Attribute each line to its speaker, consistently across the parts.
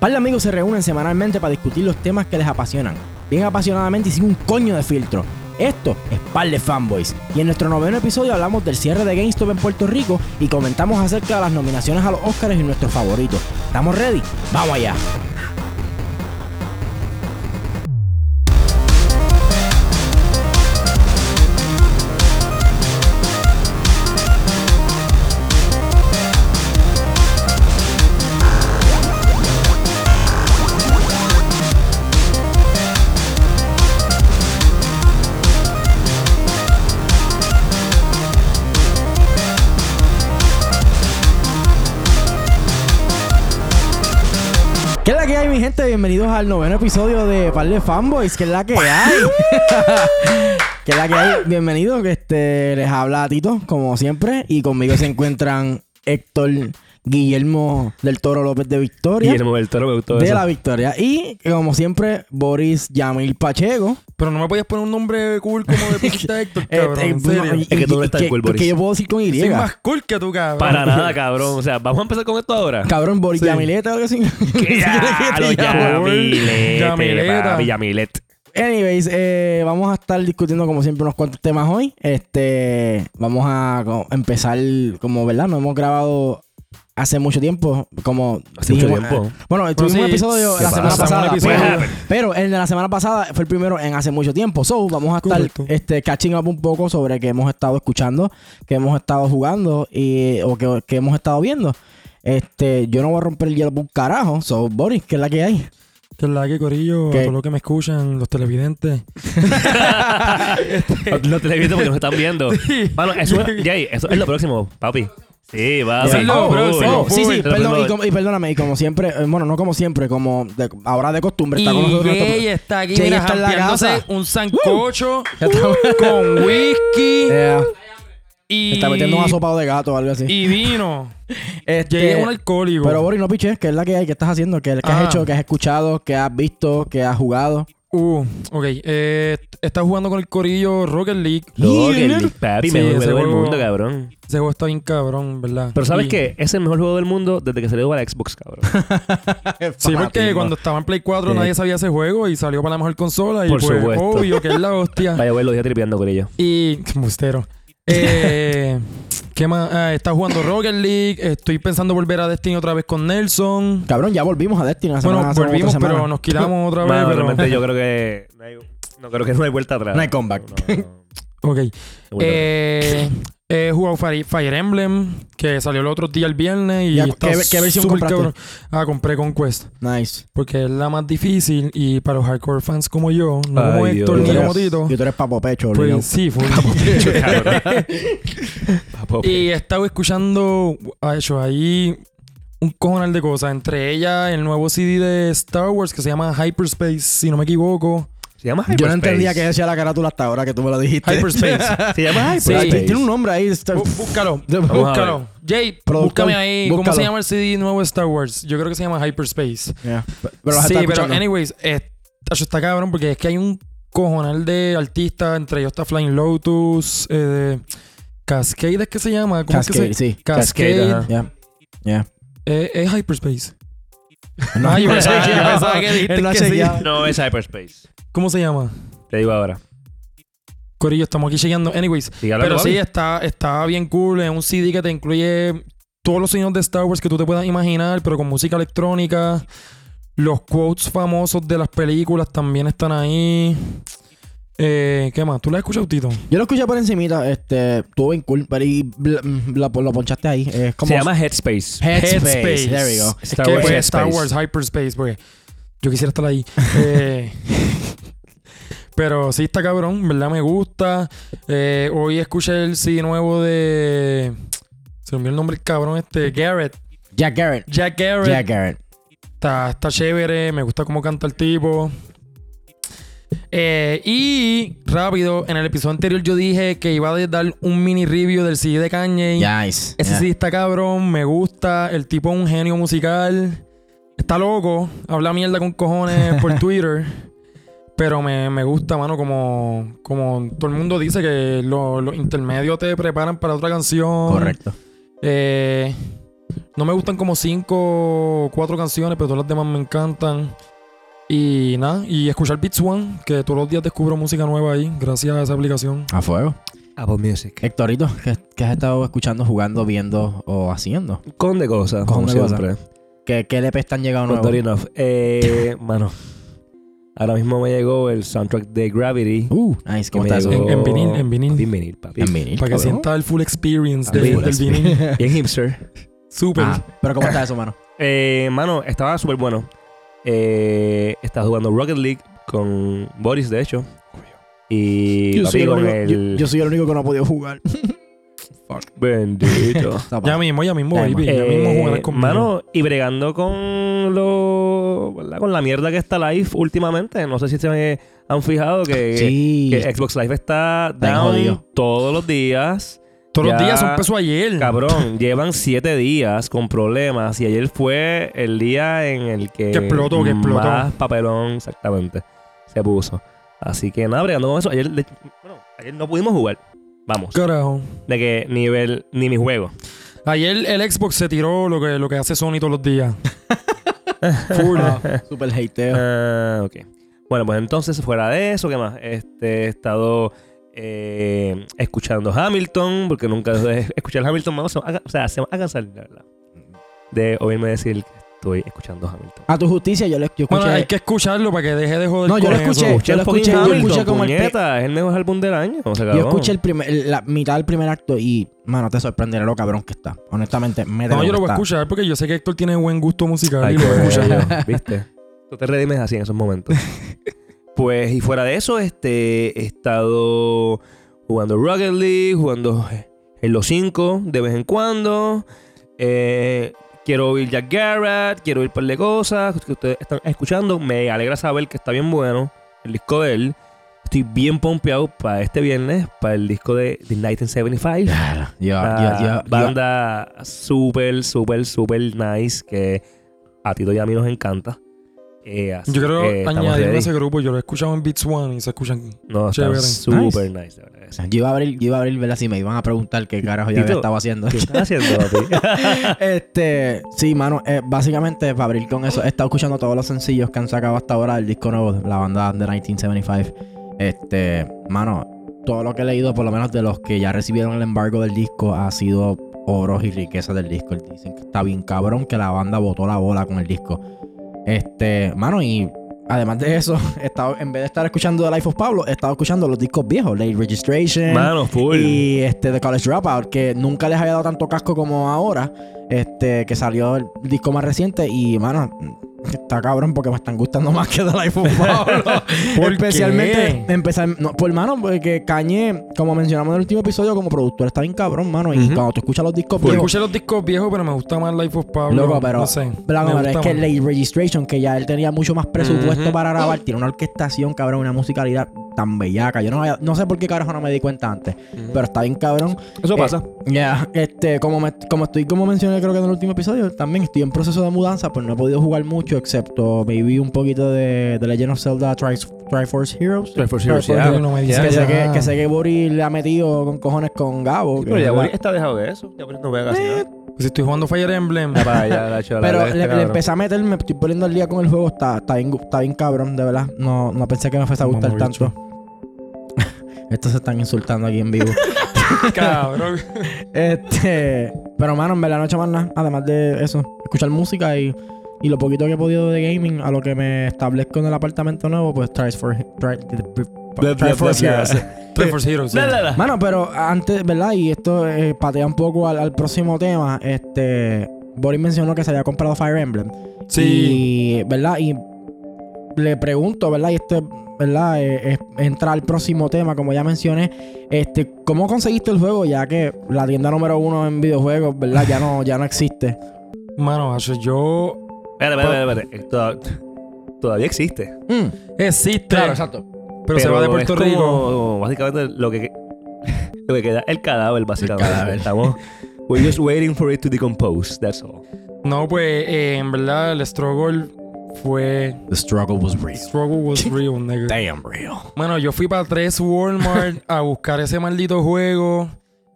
Speaker 1: Par de amigos se reúnen semanalmente para discutir los temas que les apasionan. Bien apasionadamente y sin un coño de filtro. Esto es Par de Fanboys. Y en nuestro noveno episodio hablamos del cierre de GameStop en Puerto Rico y comentamos acerca de las nominaciones a los Oscars y nuestros favoritos. ¿Estamos ready? ¡Vamos allá! ¿Qué es la que hay, mi gente? Bienvenidos al noveno episodio de Par de Fanboys. ¿Qué es la que hay? ¿Qué es la que hay? Bienvenidos, que este, les habla Tito, como siempre. Y conmigo se encuentran Héctor Guillermo del Toro López de Victoria.
Speaker 2: Guillermo del Toro me gustó
Speaker 1: de
Speaker 2: eso.
Speaker 1: la Victoria. Y, como siempre, Boris Yamil Pacheco.
Speaker 3: Pero no me podías poner un nombre cool como de Pinta Héctor, cabrón.
Speaker 1: Eh, eh,
Speaker 3: en serio.
Speaker 1: no, y-
Speaker 2: Es que tú no
Speaker 1: y-
Speaker 2: estás cool, Boris.
Speaker 1: Que yo puedo decir con Y.
Speaker 3: Soy más cool que tú, cabrón.
Speaker 2: Para nada, cabrón. O sea, vamos a empezar con esto ahora.
Speaker 1: Cabrón, Boris
Speaker 3: Sí.
Speaker 1: Yamileta o algo así.
Speaker 2: ¿Qué? Ya, lo
Speaker 3: te ah. llamo?
Speaker 2: Yamilete,
Speaker 3: Yamileta.
Speaker 2: papi, Yamilet.
Speaker 1: Anyways, eh, vamos a estar discutiendo como siempre unos cuantos temas hoy. Este, vamos a co- empezar como, ¿verdad? No hemos grabado hace mucho tiempo, como
Speaker 2: Hace mucho
Speaker 1: dijimos- eh,
Speaker 2: tiempo.
Speaker 1: Bueno, tuvimos
Speaker 3: sí,
Speaker 1: un episodio
Speaker 3: sí
Speaker 1: la
Speaker 2: pasa,
Speaker 1: semana
Speaker 2: pasa,
Speaker 1: pasada,
Speaker 3: un episodio.
Speaker 1: pero, pero el de la semana pasada fue el primero en hace mucho tiempo. So, vamos a estar
Speaker 3: Correcto.
Speaker 1: este catching up un poco sobre qué hemos estado escuchando, qué hemos estado jugando y o qué, qué hemos estado viendo. Este, yo no voy a romper el hielo por un carajo. So, Boris, ¿qué es la que hay?
Speaker 3: Que es la que corillo,
Speaker 1: ¿Qué?
Speaker 3: a todos los que me escuchan, los televidentes. Este-
Speaker 2: Los televidentes porque nos están viendo. Bueno, eso, es- Jay, eso es lo próximo, papi. Sí, papi.
Speaker 3: Ya es Oh, lo
Speaker 2: Uy.
Speaker 3: próximo.
Speaker 1: sí, sí,
Speaker 2: Uy.
Speaker 1: perdón, y, como- y perdóname, y como siempre, eh, bueno, no como siempre, como de- ahora de costumbre, está con nosotros. nuestro-
Speaker 3: está aquí,
Speaker 1: Jay está en la
Speaker 3: jampeándose
Speaker 1: casa. Uh.
Speaker 3: un sancocho
Speaker 1: Ya está-
Speaker 3: con whisky
Speaker 1: Eh,
Speaker 3: y,
Speaker 1: está metiendo un asopado de gato o algo así.
Speaker 3: y vino.
Speaker 1: Este,
Speaker 3: Jay es un alcohólico.
Speaker 1: Pero Boris, no piches, ¿qué es la que hay? ¿Qué estás haciendo? ¿Qué, qué has
Speaker 3: Ah.
Speaker 1: hecho? ¿Qué has escuchado? ¿Qué has visto? ¿Qué has jugado?
Speaker 3: Uh, ok. Eh, está jugando con el corillo Rocket League.
Speaker 2: Lo que
Speaker 3: Y-
Speaker 2: el papi,
Speaker 3: Sí,
Speaker 2: mejor
Speaker 3: ese
Speaker 2: juego del
Speaker 3: juego-
Speaker 2: mundo, cabrón.
Speaker 3: Ese juego está bien cabrón, ¿verdad?
Speaker 2: Pero ¿sabes
Speaker 3: Y-
Speaker 2: qué? Es el mejor juego del mundo desde que salió para la Xbox, cabrón.
Speaker 3: Sí, porque cuando estaba en Play 4
Speaker 1: Sí.
Speaker 3: nadie sabía ese juego y salió para la mejor consola y
Speaker 2: Por
Speaker 3: pues
Speaker 2: supuesto.
Speaker 3: obvio que es la hostia.
Speaker 2: Vaya, güey, los días tripeando con ella.
Speaker 3: Y. Bustero. Eh, ¿Qué más? Ah, está jugando Rocket League. Estoy pensando volver a Destiny otra vez con Nelson.
Speaker 1: Cabrón, ya volvimos a Destiny la semana
Speaker 3: Bueno,
Speaker 1: hace como
Speaker 3: volvimos,
Speaker 1: otra semana.
Speaker 3: pero nos quitamos otra vez.
Speaker 2: Mano,
Speaker 3: pero-
Speaker 2: realmente yo creo que no, hay, no creo que no hay vuelta atrás.
Speaker 1: No hay comeback.
Speaker 2: No, no, no.
Speaker 3: Ok.
Speaker 2: Bueno,
Speaker 3: Eh, he jugado Fire, Fire Emblem, que salió el otro día el viernes. Y
Speaker 1: Ya,
Speaker 3: está
Speaker 1: ¿qué- qué versión
Speaker 3: súper
Speaker 1: compraste?
Speaker 3: cabrón. Ah, compré Conquest.
Speaker 1: Nice.
Speaker 3: Porque es la más difícil y para los hardcore fans como yo, no como
Speaker 2: Ay,
Speaker 3: Héctor
Speaker 2: Dios.
Speaker 3: ni
Speaker 2: Yo
Speaker 3: como Tito.
Speaker 1: Y tú eres papo pecho, obligado.
Speaker 3: Pues sí, fue
Speaker 2: cabrón. Papo. pues,
Speaker 3: Y he estado escuchando, ha hecho ahí un cojonal de cosas. Entre ellas, el nuevo CD de Star Wars que se llama Hyperspace, si no me equivoco.
Speaker 2: Se llama
Speaker 1: Yo no
Speaker 3: pues,
Speaker 2: Hyperspace.
Speaker 1: entendía que decía la carátula hasta ahora que tú me lo dijiste.
Speaker 3: Hyperspace.
Speaker 2: Se llama
Speaker 1: Sí.
Speaker 2: Hyperspace.
Speaker 1: Tiene un nombre ahí. está-
Speaker 3: Bú- búscalo,
Speaker 1: Vamos a
Speaker 3: búscalo. Jay,
Speaker 1: Productor,
Speaker 3: búscame ahí. ¿Cómo
Speaker 1: búscalo.
Speaker 3: se llama el CD nuevo de Star Wars? Yo creo que se llama Hyperspace.
Speaker 1: Yeah. Pero las
Speaker 3: sí,
Speaker 1: estás
Speaker 3: pero
Speaker 1: escuchando.
Speaker 3: anyways, eh, tacho, está cabrón porque es que hay un cojonal de artistas, entre ellos está Flying Lotus, eh, Cascade es que se llama. ¿Cómo
Speaker 1: Cascade,
Speaker 3: es que se
Speaker 1: sí.
Speaker 3: Cascade,
Speaker 2: Cascade, ajá.
Speaker 1: Yeah. Yeah.
Speaker 3: eh, es Hyperspace.
Speaker 1: No,
Speaker 3: Ay, yo pensaba que- yo
Speaker 1: no,
Speaker 3: pensaba que dijiste
Speaker 1: él no ha
Speaker 3: que sí.
Speaker 1: chequeado.
Speaker 2: No es Hyperspace.
Speaker 3: ¿Cómo se llama?
Speaker 2: Te digo ahora.
Speaker 3: Corillo, estamos aquí llegando. Anyways,
Speaker 2: Sigue hablando,
Speaker 3: pero sí,
Speaker 2: papi.
Speaker 3: está, está bien cool. Es un CD que te incluye todos los sonidos de Star Wars que tú te puedas imaginar, pero con música electrónica. Los quotes famosos de las películas también están ahí. Eh, ¿Qué más? ¿Tú la has escuchado, Tito?
Speaker 1: Yo lo escuché por encimita, este, estuvo bien cool, pero ahí bla- mm, lo, lo ponchaste ahí. Es como
Speaker 2: Se llama Headspace.
Speaker 1: Headspace. There we go.
Speaker 3: Es
Speaker 2: Star
Speaker 3: que
Speaker 2: Wars
Speaker 3: fue
Speaker 2: Headspace.
Speaker 3: Star Wars Hyperspace, porque yo quisiera estar ahí. Eh, pero sí está cabrón, ¿verdad? Me gusta. Eh, hoy escuché el CD nuevo de... Se me olvidó el nombre el cabrón este, Garrett.
Speaker 1: Jack Garrett.
Speaker 3: Jack Garrett.
Speaker 1: Jack Garrett.
Speaker 3: Está, está chévere, me gusta cómo canta el tipo. Eh, y rápido, en el episodio anterior yo dije que iba a dar un mini review del CD de Kanye.
Speaker 1: Nice.
Speaker 3: Ese
Speaker 1: Yeah.
Speaker 3: sí está cabrón, me gusta. El tipo es un genio musical. Está loco, habla mierda con cojones por Twitter. Pero me, me gusta, mano, como, como todo el mundo dice que lo- los intermedios te preparan para otra canción.
Speaker 1: Correcto.
Speaker 3: Eh, No me gustan como cinco o cuatro canciones, pero todas las demás me encantan. Y nada, y escuchar Beats One, que todos los días descubro música nueva ahí, gracias a esa aplicación.
Speaker 1: A fuego.
Speaker 4: Apple Music.
Speaker 1: Héctorito, ¿qué, qué has estado escuchando, jugando, viendo o haciendo?
Speaker 4: Con de cosas,
Speaker 1: Con
Speaker 4: como
Speaker 1: de cosas.
Speaker 4: siempre.
Speaker 1: ¿Qué, qué LPs te han llegado
Speaker 4: Not
Speaker 1: nuevos?
Speaker 4: good enough. Eh, mano. Ahora mismo me llegó el soundtrack de Gravity.
Speaker 1: Uh, nice, ¿cómo
Speaker 4: Me
Speaker 1: está eso?
Speaker 4: llegó
Speaker 3: En- en vinil, en vinil.
Speaker 4: En vinil, papi.
Speaker 1: En vinil,
Speaker 3: Para que
Speaker 1: cabrón.
Speaker 3: sienta el full experience de-
Speaker 4: Ah, full
Speaker 3: del
Speaker 1: experience.
Speaker 3: vinil.
Speaker 4: Bien hipster.
Speaker 3: Súper.
Speaker 1: Ah, pero ¿cómo está eso, mano?
Speaker 2: Eh, mano, estaba súper bueno. Eh, estaba jugando Rocket League con Boris, de hecho. Y papi, con el...
Speaker 1: soy el único que no ha podido jugar.
Speaker 2: Bendito.
Speaker 3: Ya mismo, ya mismo,
Speaker 1: Ya
Speaker 3: baby. Ya
Speaker 2: Eh,
Speaker 3: mismo jugarás conmigo.
Speaker 2: Mano, y bregando con lo, ¿verdad? con la mierda que está live últimamente. No sé si se han fijado que,
Speaker 1: Sí.
Speaker 2: que Xbox Live está
Speaker 1: Está bien jodido.
Speaker 2: down todos los días.
Speaker 3: Todos los
Speaker 2: ya-
Speaker 3: días son peso ayer.
Speaker 2: Cabrón, llevan siete días con problemas y ayer fue el día en el que,
Speaker 3: Que explotó, que explotó.
Speaker 2: más papelón exactamente se puso. Así que nada, bregando con eso. Ayer, de- bueno, ayer no pudimos jugar. Vamos.
Speaker 3: Carajo.
Speaker 2: De que nivel ni mi juego.
Speaker 3: Ayer el Xbox se tiró lo que, lo que hace Sony todos los días. Full.
Speaker 1: Ah, Super hateo.
Speaker 2: Ah, ok. Bueno, pues entonces, fuera de eso, ¿qué más? Este, he estado eh, escuchando Hamilton, porque nunca dejo de escuchar Hamilton. mano, se me haga- o sea, se me va a cansar, la verdad, de oírme decir que estoy escuchando Hamilton.
Speaker 1: A tu justicia, yo, le, yo escuché.
Speaker 3: Bueno, hay que escucharlo para que deje de joder.
Speaker 1: No, yo
Speaker 3: con
Speaker 1: lo escuché.
Speaker 3: eso.
Speaker 1: yo lo
Speaker 2: fucking
Speaker 1: escuché, yo escuché como el pe-
Speaker 2: puñeta, es el mejor álbum del año. se
Speaker 1: yo
Speaker 2: acabó.
Speaker 1: escuché el primer, el- la mitad del primer acto y, mano, te sorprenderá lo cabrón que está. Honestamente, me
Speaker 3: No, yo lo voy
Speaker 1: está.
Speaker 3: a escuchar porque yo sé que Héctor tiene buen gusto musical
Speaker 2: Ay,
Speaker 3: y lo voy a
Speaker 2: qué
Speaker 3: escuchar.
Speaker 2: bello, ¿Viste? Tú te redimes así en esos momentos. pues, y fuera de eso, este, he estado jugando Rocket League, jugando eh, Halo 5 de vez en cuando. Eh, quiero oír Jack Garrett, quiero oír un par de cosas que ustedes están escuchando. Me alegra saber que está bien bueno el disco de él. Estoy bien pompeado para este viernes, para el disco de The 1975.
Speaker 1: Claro, yo, yo- yo-
Speaker 2: Ah,
Speaker 1: yo-
Speaker 2: banda súper, súper, súper nice que a Tito y a mí nos encanta. Eh, así
Speaker 3: Yo quiero
Speaker 2: que estamos
Speaker 3: añadirme a
Speaker 2: ready.
Speaker 3: ese grupo. Yo lo he escuchado en Beats One y se escuchan.
Speaker 2: No, está
Speaker 3: Chévere.
Speaker 2: súper nice. de verdad que sí.
Speaker 1: yo iba a abrir, yo iba a abrir, ¿verdad? Si me iban a preguntar qué carajo yo había
Speaker 2: Tito,
Speaker 1: estado haciendo.
Speaker 2: ¿Qué estás haciendo, papi?
Speaker 1: Este, sí, mano, eh, básicamente para abrir con eso, he estado escuchando todos los sencillos que han sacado hasta ahora del disco nuevo, de la banda de 1975. Este, mano, todo lo que he leído, por lo menos de los que ya recibieron el embargo del disco, ha sido oros y riquezas del disco. Dicen que está bien cabrón que la banda botó la bola con el disco. Este, mano, y además de eso, he estado, en vez de estar escuchando The Life of Pablo, he estado escuchando los discos viejos, Late Registration.
Speaker 2: Mano, full.
Speaker 1: Y este The College Dropout, que nunca les había dado tanto casco como ahora. Este, que salió el disco más reciente. Y mano, está cabrón porque me están gustando más que The Life of Pablo.
Speaker 3: ¿Por
Speaker 1: Especialmente,
Speaker 3: qué?
Speaker 1: empezar, no, por mano, porque Cañé, como mencionamos en el último episodio, como productor está bien cabrón, mano. Y
Speaker 2: Ujú.
Speaker 1: cuando tú escuchas los discos
Speaker 3: Yo
Speaker 1: viejos,
Speaker 3: escuché los discos viejos, pero me gusta más Life of Pablo.
Speaker 1: Loco, pero-
Speaker 3: No sé.
Speaker 1: Blanco,
Speaker 3: me
Speaker 1: pero es
Speaker 3: gusta
Speaker 1: que
Speaker 3: más.
Speaker 1: Late Registration, que ya él tenía mucho más presupuesto
Speaker 2: Ujú.
Speaker 1: para grabar, tiene una orquestación, cabrón, una musicalidad tan bellaca. Yo no, había- no sé por qué carajo no me di cuenta antes, pero eh, está bien cabrón.
Speaker 2: Eso pasa.
Speaker 1: Ya, este, como, me- como estoy, como mencioné creo que en el último episodio, también estoy en proceso de mudanza, pues no he podido jugar mucho, excepto me vi un poquito de, de Legend of Zelda Tri- Triforce Heroes.
Speaker 2: Try for Heroes,
Speaker 1: Try for
Speaker 2: ya.
Speaker 1: Heroes.
Speaker 3: no me dice
Speaker 1: Que sé que,
Speaker 3: nada.
Speaker 1: que sé que Bori le ha metido con cojones con Gabo. que
Speaker 2: Pero ya
Speaker 1: es la-
Speaker 2: Boris está dejado de eso. Ya Boris no juega casi nada.
Speaker 3: Si estoy jugando Fire Emblem.
Speaker 2: Ya para allá, la chavala,
Speaker 1: Pero
Speaker 2: este
Speaker 1: le, le
Speaker 2: cabrón.
Speaker 1: empecé a meter, me estoy poniendo al día con el juego. Está, está, bien, gu- está bien cabrón, de verdad. No, no pensé que me fuese a gustar
Speaker 3: Mamabicho.
Speaker 1: tanto. Estos se están insultando aquí en vivo.
Speaker 3: Cabrón.
Speaker 1: este, pero mano, en verdad no he hecho más nada. Además de eso, escuchar música y, y lo poquito que he podido de gaming a lo que me establezco en el apartamento nuevo, pues tries for try-
Speaker 2: Bla, bla,
Speaker 1: try for-
Speaker 2: bla, bla.
Speaker 3: Triforce Heroes. sí.
Speaker 2: Bla, bla, bla.
Speaker 1: Mano, pero antes, ¿verdad? Y esto eh, patea un poco al, al próximo tema. Este, Boris mencionó que se había comprado Fire Emblem.
Speaker 3: Sí.
Speaker 1: Y, ¿verdad? Y le pregunto, ¿verdad? Y este, ¿verdad? Eh, eh, entra al próximo tema, como ya mencioné. Este, ¿cómo conseguiste el juego? Ya que la tienda número uno en videojuegos, ¿verdad? Ya no, ya no existe.
Speaker 3: Mano, Asher, yo.
Speaker 2: Espérate, espérate, espérate. Esto- Todavía existe.
Speaker 1: Mm,
Speaker 3: Existe.
Speaker 1: exacto.
Speaker 3: eh, pero, se va de Puerto
Speaker 2: es como,
Speaker 3: Rico.
Speaker 2: Básicamente lo que, lo que queda el cadáver, básicamente.
Speaker 1: El cadáver.
Speaker 2: Estamos. We're just waiting for it to decompose. That's all.
Speaker 3: No, pues eh, en verdad el struggle fue.
Speaker 1: The struggle was real.
Speaker 3: Struggle was real, nigga.
Speaker 1: Damn real.
Speaker 3: Bueno, yo fui para tres Walmart a buscar ese maldito juego.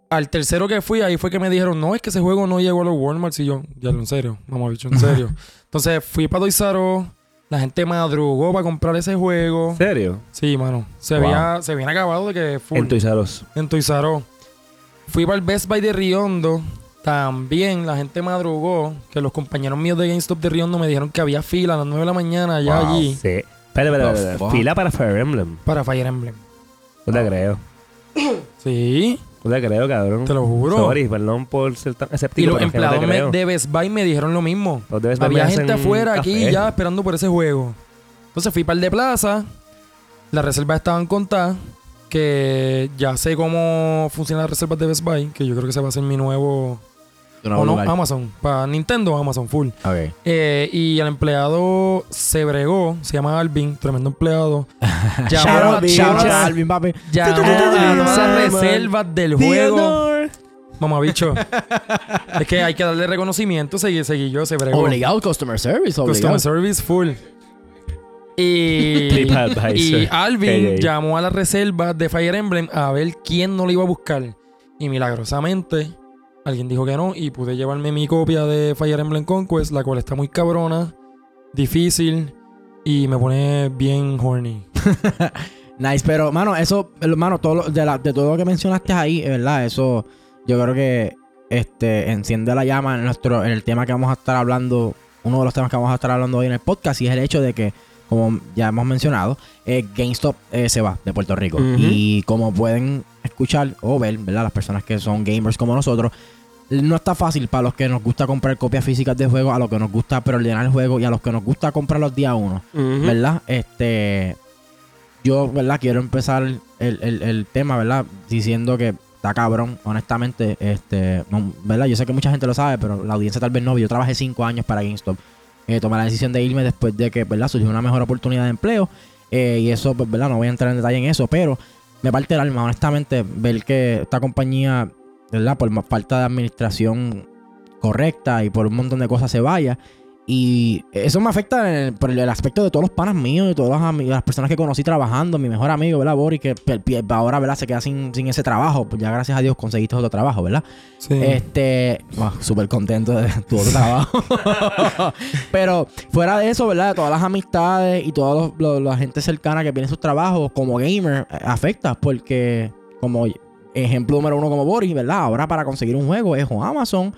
Speaker 3: al tercero que fui, ahí fue que me dijeron, no, es que ese juego no llegó a los Walmart. Y yo, ya en serio, mamá bicho, en serio. Entonces fui para Doizaro, la gente madrugó para comprar ese juego.
Speaker 2: ¿En serio?
Speaker 3: Sí, mano. Se
Speaker 2: Wow.
Speaker 3: veía, se habían acabado de que full.
Speaker 2: En Toys R Us.
Speaker 3: En Toizaró. Fui para el Best Buy de Riondo. También la gente madrugó. Que los compañeros míos de GameStop de Riondo me dijeron que había fila a las 9 de la mañana allá
Speaker 2: Wow.
Speaker 3: allí
Speaker 2: Sí. Espera, espera,
Speaker 1: The
Speaker 2: espera.
Speaker 1: fuck?
Speaker 2: Fila para Fire Emblem.
Speaker 3: para Fire Emblem.
Speaker 2: No te creo.
Speaker 3: Sí,
Speaker 2: No te creo, cabrón.
Speaker 3: te lo juro.
Speaker 2: Sorry, perdón por ser tan
Speaker 3: Y
Speaker 2: escéptico.
Speaker 3: los
Speaker 2: pero es que no te
Speaker 3: empleados
Speaker 2: creo.
Speaker 3: me- de Best Buy me dijeron lo mismo.
Speaker 2: Los debes
Speaker 3: Había
Speaker 2: verme
Speaker 3: gente
Speaker 2: hacen
Speaker 3: afuera aquí
Speaker 2: café.
Speaker 3: ya esperando por ese juego. Entonces fui para el de plaza. Las reservas estaban contadas. Que ya sé cómo funcionan las reservas de Best Buy. Que yo creo que se va a hacer mi nuevo. o no, Amazon. Para Nintendo, Amazon Full.
Speaker 1: Ok.
Speaker 3: Eh, y el empleado se bregó, se llama Alvin, tremendo empleado.
Speaker 1: Shout
Speaker 3: Llamó a
Speaker 1: out, shout out a
Speaker 3: todas-
Speaker 1: Alvin, papi.
Speaker 3: llamó a todas las reservas del juego. Mamabicho. es que hay que darle reconocimiento, seguí, seguí yo, se bregó.
Speaker 1: Obligado customer service, obligado.
Speaker 3: Customer service full. Y,
Speaker 2: TripAdvisor.
Speaker 3: y Alvin
Speaker 2: Ey, ey.
Speaker 3: llamó a las reservas de Fire Emblem a ver quién no lo iba a buscar. Y milagrosamente, alguien dijo que no y pude llevarme mi copia de Fire Emblem Conquest, la cual está muy cabrona, difícil y me pone bien horny.
Speaker 1: Nice, pero, mano, eso, el- mano, todo lo- de, la- de todo lo que mencionaste ahí, eh, ¿verdad? Eso, yo creo que este, enciende la llama en, nuestro, en el tema que vamos a estar hablando, uno de los temas que vamos a estar hablando hoy en el podcast, y es el hecho de que, como ya hemos mencionado, eh, GameStop eh, se va de Puerto Rico.
Speaker 2: Ujú.
Speaker 1: Y como pueden escuchar o ver, ¿verdad? Las personas que son gamers como nosotros, no está fácil para los que nos gusta comprar copias físicas de juegos, a los que nos gusta preordenar el juego y a los que nos gusta comprar los días uno.
Speaker 2: Ujú.
Speaker 1: ¿verdad? Este, yo, ¿verdad? Quiero empezar el, el- el tema, ¿verdad? Diciendo que está cabrón, honestamente, este, no, ¿verdad? Yo sé que mucha gente lo sabe, pero la audiencia tal vez no. Yo trabajé cinco años para GameStop. Eh, tomé la decisión de irme después de que, ¿verdad? Surgió una mejor oportunidad de empleo. eh, y eso, pues, ¿verdad? No voy a entrar en detalle en eso, pero me parte el alma, honestamente, ver que esta compañía, ¿verdad? Por ma- falta de administración correcta y por un montón de cosas se vaya. Y eso me afecta en el, por el aspecto de todos los panas míos, de todas las, ami- las personas que conocí trabajando, mi mejor amigo, ¿verdad? Boris, que pe- pe- ahora, ¿verdad? Se queda sin, sin ese trabajo. Pues ya gracias a Dios conseguiste otro trabajo, ¿verdad?
Speaker 3: Sí.
Speaker 1: Este, wow, súper contento de tu otro trabajo. Pero fuera de eso, ¿verdad? Todas las amistades y toda los- los- la gente cercana que tiene sus trabajos como gamer eh, afecta porque, como ejemplo número uno, como Boris, ¿verdad? Ahora para conseguir un juego es o Amazon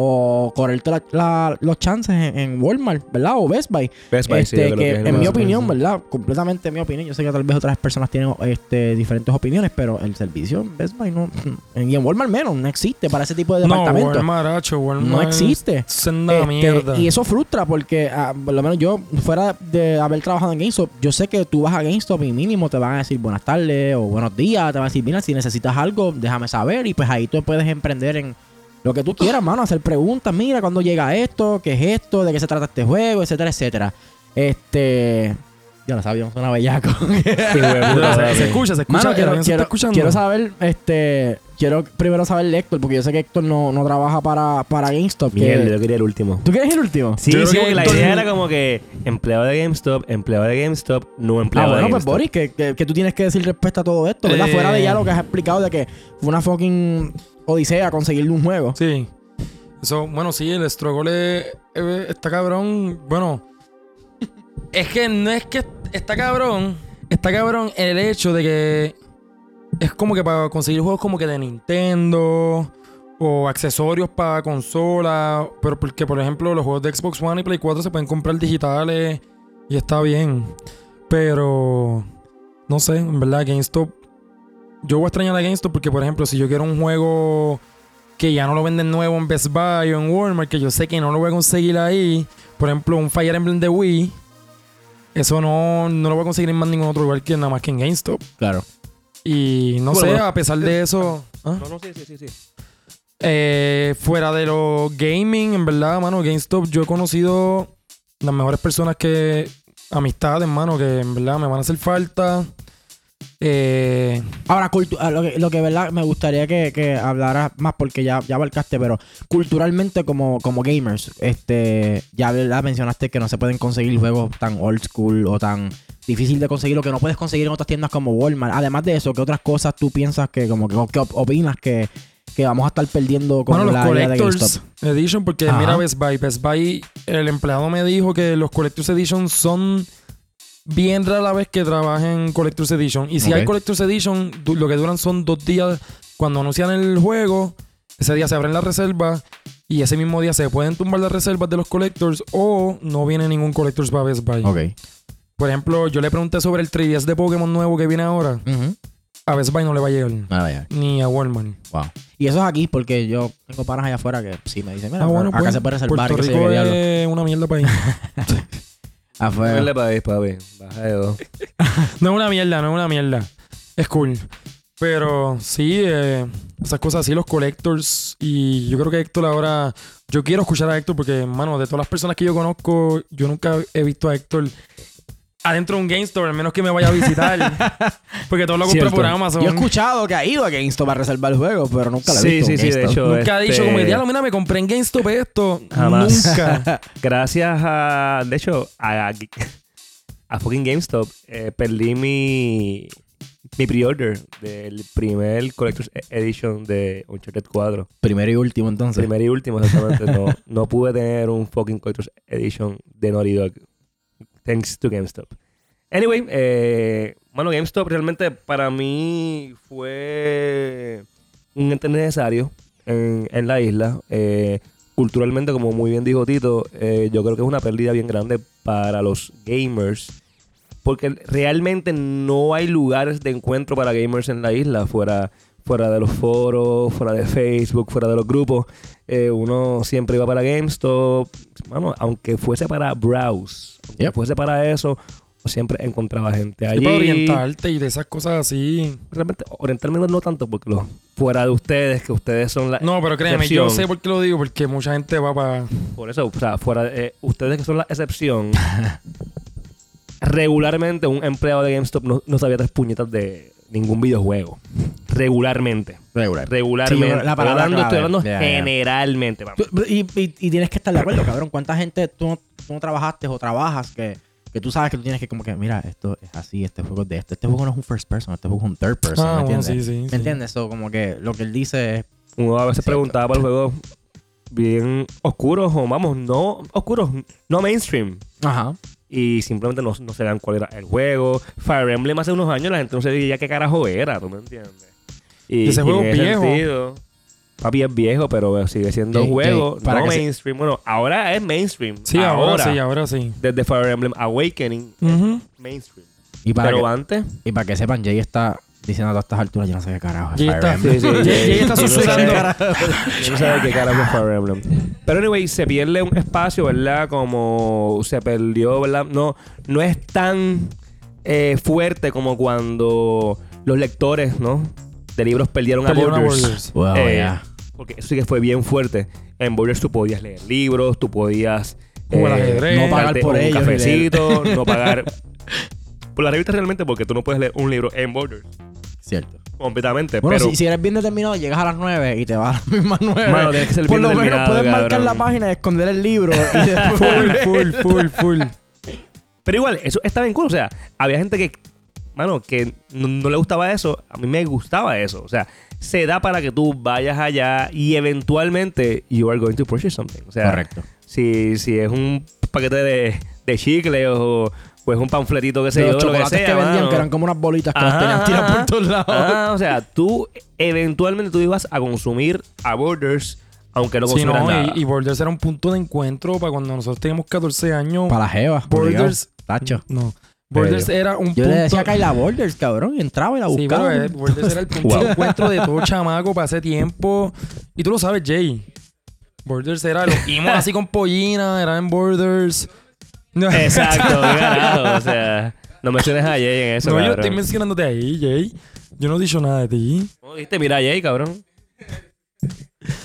Speaker 1: o correrte la- la- los chances en, en Walmart, ¿verdad? O Best Buy.
Speaker 2: Best Buy, sí,
Speaker 1: Este,
Speaker 2: yo creo
Speaker 1: que
Speaker 2: que es el
Speaker 1: en mi
Speaker 2: más-
Speaker 1: opinión, ¿verdad? Completamente mi opinión. Yo sé que tal vez otras personas tienen este, diferentes opiniones, pero el servicio en Best Buy no. Y en Walmart menos, no existe para ese tipo de
Speaker 3: no,
Speaker 1: departamentos.
Speaker 3: Walmart, hacho, Walmart
Speaker 1: no existe.
Speaker 3: Senda
Speaker 1: Este,
Speaker 3: mierda.
Speaker 1: y eso frustra porque, ah, por lo menos yo, fuera de haber trabajado en GameStop, yo sé que tú vas a GameStop y mínimo te van a decir buenas tardes o buenos días, te van a decir, mira, si necesitas algo, déjame saber y pues ahí tú puedes emprender en lo que tú quieras, mano, hacer preguntas, mira, cuándo llega esto, qué es esto, de qué se trata este juego, etcétera, etcétera. Este... Ya lo sabíamos, suena bellaco.
Speaker 2: Sí, güey, puta,
Speaker 3: se, se
Speaker 2: dale.
Speaker 3: escucha, se escucha.
Speaker 1: Mano, quiero,
Speaker 3: ¿Alguien se
Speaker 1: quiero-
Speaker 3: está escuchando?
Speaker 1: quiero saber, este, quiero primero saber de Héctor, porque yo sé que Héctor no, no trabaja para, para GameStop. que-
Speaker 2: Mierda, yo quería el último.
Speaker 1: ¿Tú quieres el último?
Speaker 2: Sí,
Speaker 3: Yo creo
Speaker 2: sí,
Speaker 3: que
Speaker 2: porque la
Speaker 3: todo el
Speaker 2: idea
Speaker 3: mundo-
Speaker 2: era como que empleado de GameStop, empleado de GameStop, no
Speaker 1: Ah,
Speaker 2: empleado
Speaker 1: bueno,
Speaker 2: de
Speaker 1: pues
Speaker 2: GameStop.
Speaker 1: Boris, que, que- que tú tienes que decir respecto a todo esto, ¿verdad?
Speaker 3: Eh.
Speaker 1: Fuera de ya lo que has explicado de que fue una fucking odisea conseguirle un juego.
Speaker 3: Sí. Eso, bueno, sí, el struggle es- eh, está cabrón. Bueno, es que no es que está cabrón. Está cabrón el hecho de que es como que para conseguir juegos como que de Nintendo o accesorios para consola. Pero porque, por ejemplo, los juegos de Xbox One y Play 4 se pueden comprar digitales y está bien. Pero no sé, en verdad, GameStop. Yo voy a extrañar a GameStop porque, por ejemplo, si yo quiero un juego que ya no lo venden nuevo en Best Buy o en Walmart, que yo sé que no lo voy a conseguir ahí. Por ejemplo, un Fire Emblem de Wii. Eso no, no lo voy a conseguir en más ningún otro lugar que nada más que en GameStop.
Speaker 1: Claro.
Speaker 3: Y no
Speaker 2: Bueno,
Speaker 3: sé,
Speaker 2: bueno. Eh,
Speaker 3: a pesar de eso. ¿ah?
Speaker 2: No, no, sí, sí, sí. sí.
Speaker 3: Eh, fuera de lo gaming, en verdad, mano, GameStop, yo he conocido las mejores personas que. Amistades, mano, que en verdad me van a hacer falta. Eh,
Speaker 1: Ahora, cultu- ah, lo que, lo que, ¿verdad? Me gustaría que, que hablaras más porque ya, ya abarcaste, pero culturalmente como, como gamers, este, ya ¿verdad? mencionaste que no se pueden conseguir juegos tan old school o tan difícil de conseguir o que no puedes conseguir en otras tiendas como Walmart. Además de eso, ¿qué otras cosas tú piensas que, como que, o qué op- opinas que, que vamos a estar perdiendo con
Speaker 3: Bueno,
Speaker 1: la
Speaker 3: los
Speaker 1: área de GameStop.
Speaker 3: Collectors Edition, porque
Speaker 1: Ajá.
Speaker 3: mira Best Buy. Best Buy, el empleado me dijo que los Collectors Edition son bien rara la vez que trabajen Collectors Edition. Y si hay
Speaker 5: Ok.
Speaker 3: Collectors Edition, du- lo que duran son dos días. Cuando anuncian el juego, ese día se abren las reservas y ese mismo día se pueden tumbar las reservas de los Collectors o no viene ningún Collectors para Best Buy.
Speaker 5: Ok.
Speaker 3: Por ejemplo, yo le pregunté sobre el 3DS de Pokémon nuevo que viene ahora. A Best Buy no le va a llegar.
Speaker 5: Ah, vaya.
Speaker 3: Ni a Walmart.
Speaker 5: Wow.
Speaker 1: Y eso es aquí porque yo tengo panas allá afuera que sí me dicen, mira,
Speaker 3: Ah, bueno,
Speaker 1: acá
Speaker 3: pues,
Speaker 1: se puede reservar.
Speaker 3: Puerto
Speaker 1: que se
Speaker 3: Rico
Speaker 1: lleve diablo. Ah,
Speaker 3: es una mierda país.
Speaker 1: Afuera.
Speaker 2: Dale para ahí, papi. Baja de dos.
Speaker 3: No es una mierda, no es una mierda. Es cool. Pero sí, eh, esas cosas así, los collectors. Y yo creo que Héctor ahora. Yo quiero escuchar a Héctor porque, mano, de todas las personas que yo conozco, yo nunca he visto a Héctor adentro de un Game Store, al menos que me vaya a visitar. porque todo lo compré
Speaker 2: Cierto.
Speaker 3: por Amazon.
Speaker 1: Yo he escuchado que ha ido a GameStop para reservar juegos, pero nunca lo he
Speaker 2: Sí,
Speaker 1: visto.
Speaker 2: sí,
Speaker 1: en
Speaker 2: sí. De
Speaker 1: GameStop.
Speaker 2: hecho,
Speaker 3: Nunca ha dicho,
Speaker 2: este,
Speaker 3: como que diablo, mira, me compré en GameStop esto.
Speaker 2: Jamás.
Speaker 3: Nunca.
Speaker 2: Gracias a. De hecho, a, a fucking GameStop eh, perdí mi. Mi pre-order del primer Collector's E- Edition de Uncharted 4.
Speaker 1: Primero y último, entonces.
Speaker 2: Primero y último, exactamente. no, no pude tener un fucking Collector's Edition de Naughty Dog. Thanks to GameStop. Anyway, eh, bueno, GameStop realmente para mí fue un ente necesario en, en la isla. Eh, culturalmente, como muy bien dijo Tito, eh, yo creo que es una pérdida bien grande para los gamers. Porque realmente no hay lugares de encuentro para gamers en la isla, fuera, fuera de los foros, fuera de Facebook, fuera de los grupos. Eh, uno siempre iba para GameStop, Mano, aunque fuese para browse, aunque
Speaker 5: Yep.
Speaker 2: fuese para eso, siempre encontraba gente allí.
Speaker 3: Y para orientarte y de esas cosas así.
Speaker 2: Realmente, orientarme no tanto, porque los fuera de ustedes, que ustedes son la,
Speaker 3: No, pero créeme, yo
Speaker 2: Excepción.
Speaker 3: sé por qué lo digo, porque mucha gente va para.
Speaker 2: Por eso, o sea, fuera, eh, ustedes que son la excepción, regularmente un empleado de GameStop no, no sabía tres puñetas de ningún videojuego. Regularmente.
Speaker 5: Regular.
Speaker 2: Regularmente.
Speaker 1: Sí, la
Speaker 2: estoy
Speaker 1: palabra
Speaker 2: hablando, estoy
Speaker 1: clave.
Speaker 2: hablando
Speaker 5: Ya, ya.
Speaker 2: generalmente. vamos.
Speaker 1: Tú- Y, y- y tienes que estar de acuerdo, cabrón. ¿Cuánta gente tú no, tú no trabajaste o trabajas que, que tú sabes que tú tienes que como que, mira, esto es así, este juego es de este. Este juego no es un first person, este juego es un third person,
Speaker 3: Ah,
Speaker 1: ¿me
Speaker 3: bueno,
Speaker 1: entiendes?
Speaker 3: sí, sí.
Speaker 1: ¿Me
Speaker 3: sí.
Speaker 1: entiendes? Eso como que lo que él dice es...
Speaker 2: Uno a veces
Speaker 1: Exacto.
Speaker 2: preguntaba para los juegos bien oscuros o vamos, no oscuros, no mainstream.
Speaker 1: Ajá.
Speaker 2: Y simplemente no, no sabían cuál era el juego. Fire Emblem hace unos años la gente no sabía qué carajo era, ¿tú me entiendes?
Speaker 3: Y ese
Speaker 2: y
Speaker 3: juego
Speaker 2: en
Speaker 3: es viejo.
Speaker 2: sentido, papi es viejo, pero sigue siendo
Speaker 1: Jake,
Speaker 2: un juego
Speaker 1: Jake, para
Speaker 2: no
Speaker 1: que se-
Speaker 2: mainstream. Bueno, ahora es mainstream.
Speaker 3: Sí, ahora, sí, ahora Mm. sí.
Speaker 2: Desde Fire Emblem Awakening,
Speaker 1: Eh,
Speaker 3: Ujú.
Speaker 2: mainstream.
Speaker 1: Y para,
Speaker 2: pero
Speaker 1: que,
Speaker 2: antes...
Speaker 1: y para que sepan, Jay está diciendo a todas estas alturas, yo no sé qué carajo es
Speaker 3: Jay
Speaker 1: Fire
Speaker 3: está-
Speaker 1: Emblem.
Speaker 3: sí, Jay- Jay está
Speaker 2: Yo no sé
Speaker 3: susurrando.
Speaker 2: qué carajo- yo no sé de qué carajo es Fire Emblem. Pero anyway, se pierde un espacio, ¿verdad? Como se perdió, ¿verdad? No, no es tan eh, fuerte como cuando los lectores, ¿no? De libros perdieron,
Speaker 3: Perdieron
Speaker 2: a
Speaker 3: a
Speaker 2: Borders.
Speaker 3: Borders.
Speaker 1: Wow,
Speaker 2: Eh,
Speaker 1: ya.
Speaker 2: Porque eso sí que fue bien fuerte. En Borders tú podías leer libros, tú podías... eh,
Speaker 3: Jugar ajedrez.
Speaker 1: No pagar
Speaker 2: darte
Speaker 1: por
Speaker 2: un
Speaker 1: ellos,
Speaker 2: cafecito, no pagar... Por la revista realmente porque tú no puedes leer un libro en Borders.
Speaker 1: Cierto.
Speaker 2: Completamente.
Speaker 1: Bueno,
Speaker 2: pero
Speaker 1: si, si eres bien determinado, llegas a las 9 y te vas a las mismas 9.
Speaker 2: Mano, tienes que ser
Speaker 1: Por
Speaker 2: bien
Speaker 1: lo menos
Speaker 2: determinado,
Speaker 1: puedes marcar
Speaker 2: cabrón.
Speaker 1: la página y esconder el libro. Y después
Speaker 3: Full, full, full, full.
Speaker 2: Pero igual, eso estaba en cool. O sea, había gente que, mano, que no, no le gustaba eso. A mí me gustaba eso. O sea, se da para que tú vayas allá y eventualmente you are going to purchase something. O sea,
Speaker 1: Correcto.
Speaker 2: Si, si es un paquete de, de chicle o, o es un panfletito que se
Speaker 1: De
Speaker 2: yo,
Speaker 1: los
Speaker 2: lo que
Speaker 1: chocolates que,
Speaker 2: sea,
Speaker 1: vendían,
Speaker 2: mano.
Speaker 1: que eran como unas bolitas que las
Speaker 2: Ajá,
Speaker 1: tenían tiradas por
Speaker 2: ajá.
Speaker 1: todos lados.
Speaker 2: Ah, o sea, tú eventualmente tú ibas a consumir a Borders aunque no
Speaker 3: Sí,
Speaker 2: consumieras
Speaker 3: no,
Speaker 2: nada.
Speaker 3: y, y Borders era un punto de encuentro para cuando nosotros teníamos 14 años.
Speaker 1: Para la Jeva.
Speaker 3: Borders.
Speaker 1: Tacho.
Speaker 3: No. Borders era un
Speaker 1: Yo
Speaker 3: punto.
Speaker 1: le decía a Kyla Borders, cabrón, y entraba y la
Speaker 3: Sí,
Speaker 1: buscaba.
Speaker 3: pero, eh, Borders era el punto de encuentro de todo chamaco para ese tiempo. Y tú lo sabes, Jay. Borders era los imos así con pollina, era en Borders. No,
Speaker 2: Exacto, carajo. O sea, no menciones a Jay en eso.
Speaker 3: no, yo
Speaker 2: cabrón.
Speaker 3: estoy mencionándote ahí, Jay. Yo no he dicho nada de ti.
Speaker 2: ¿Cómo dijiste? Mira, Jay, cabrón.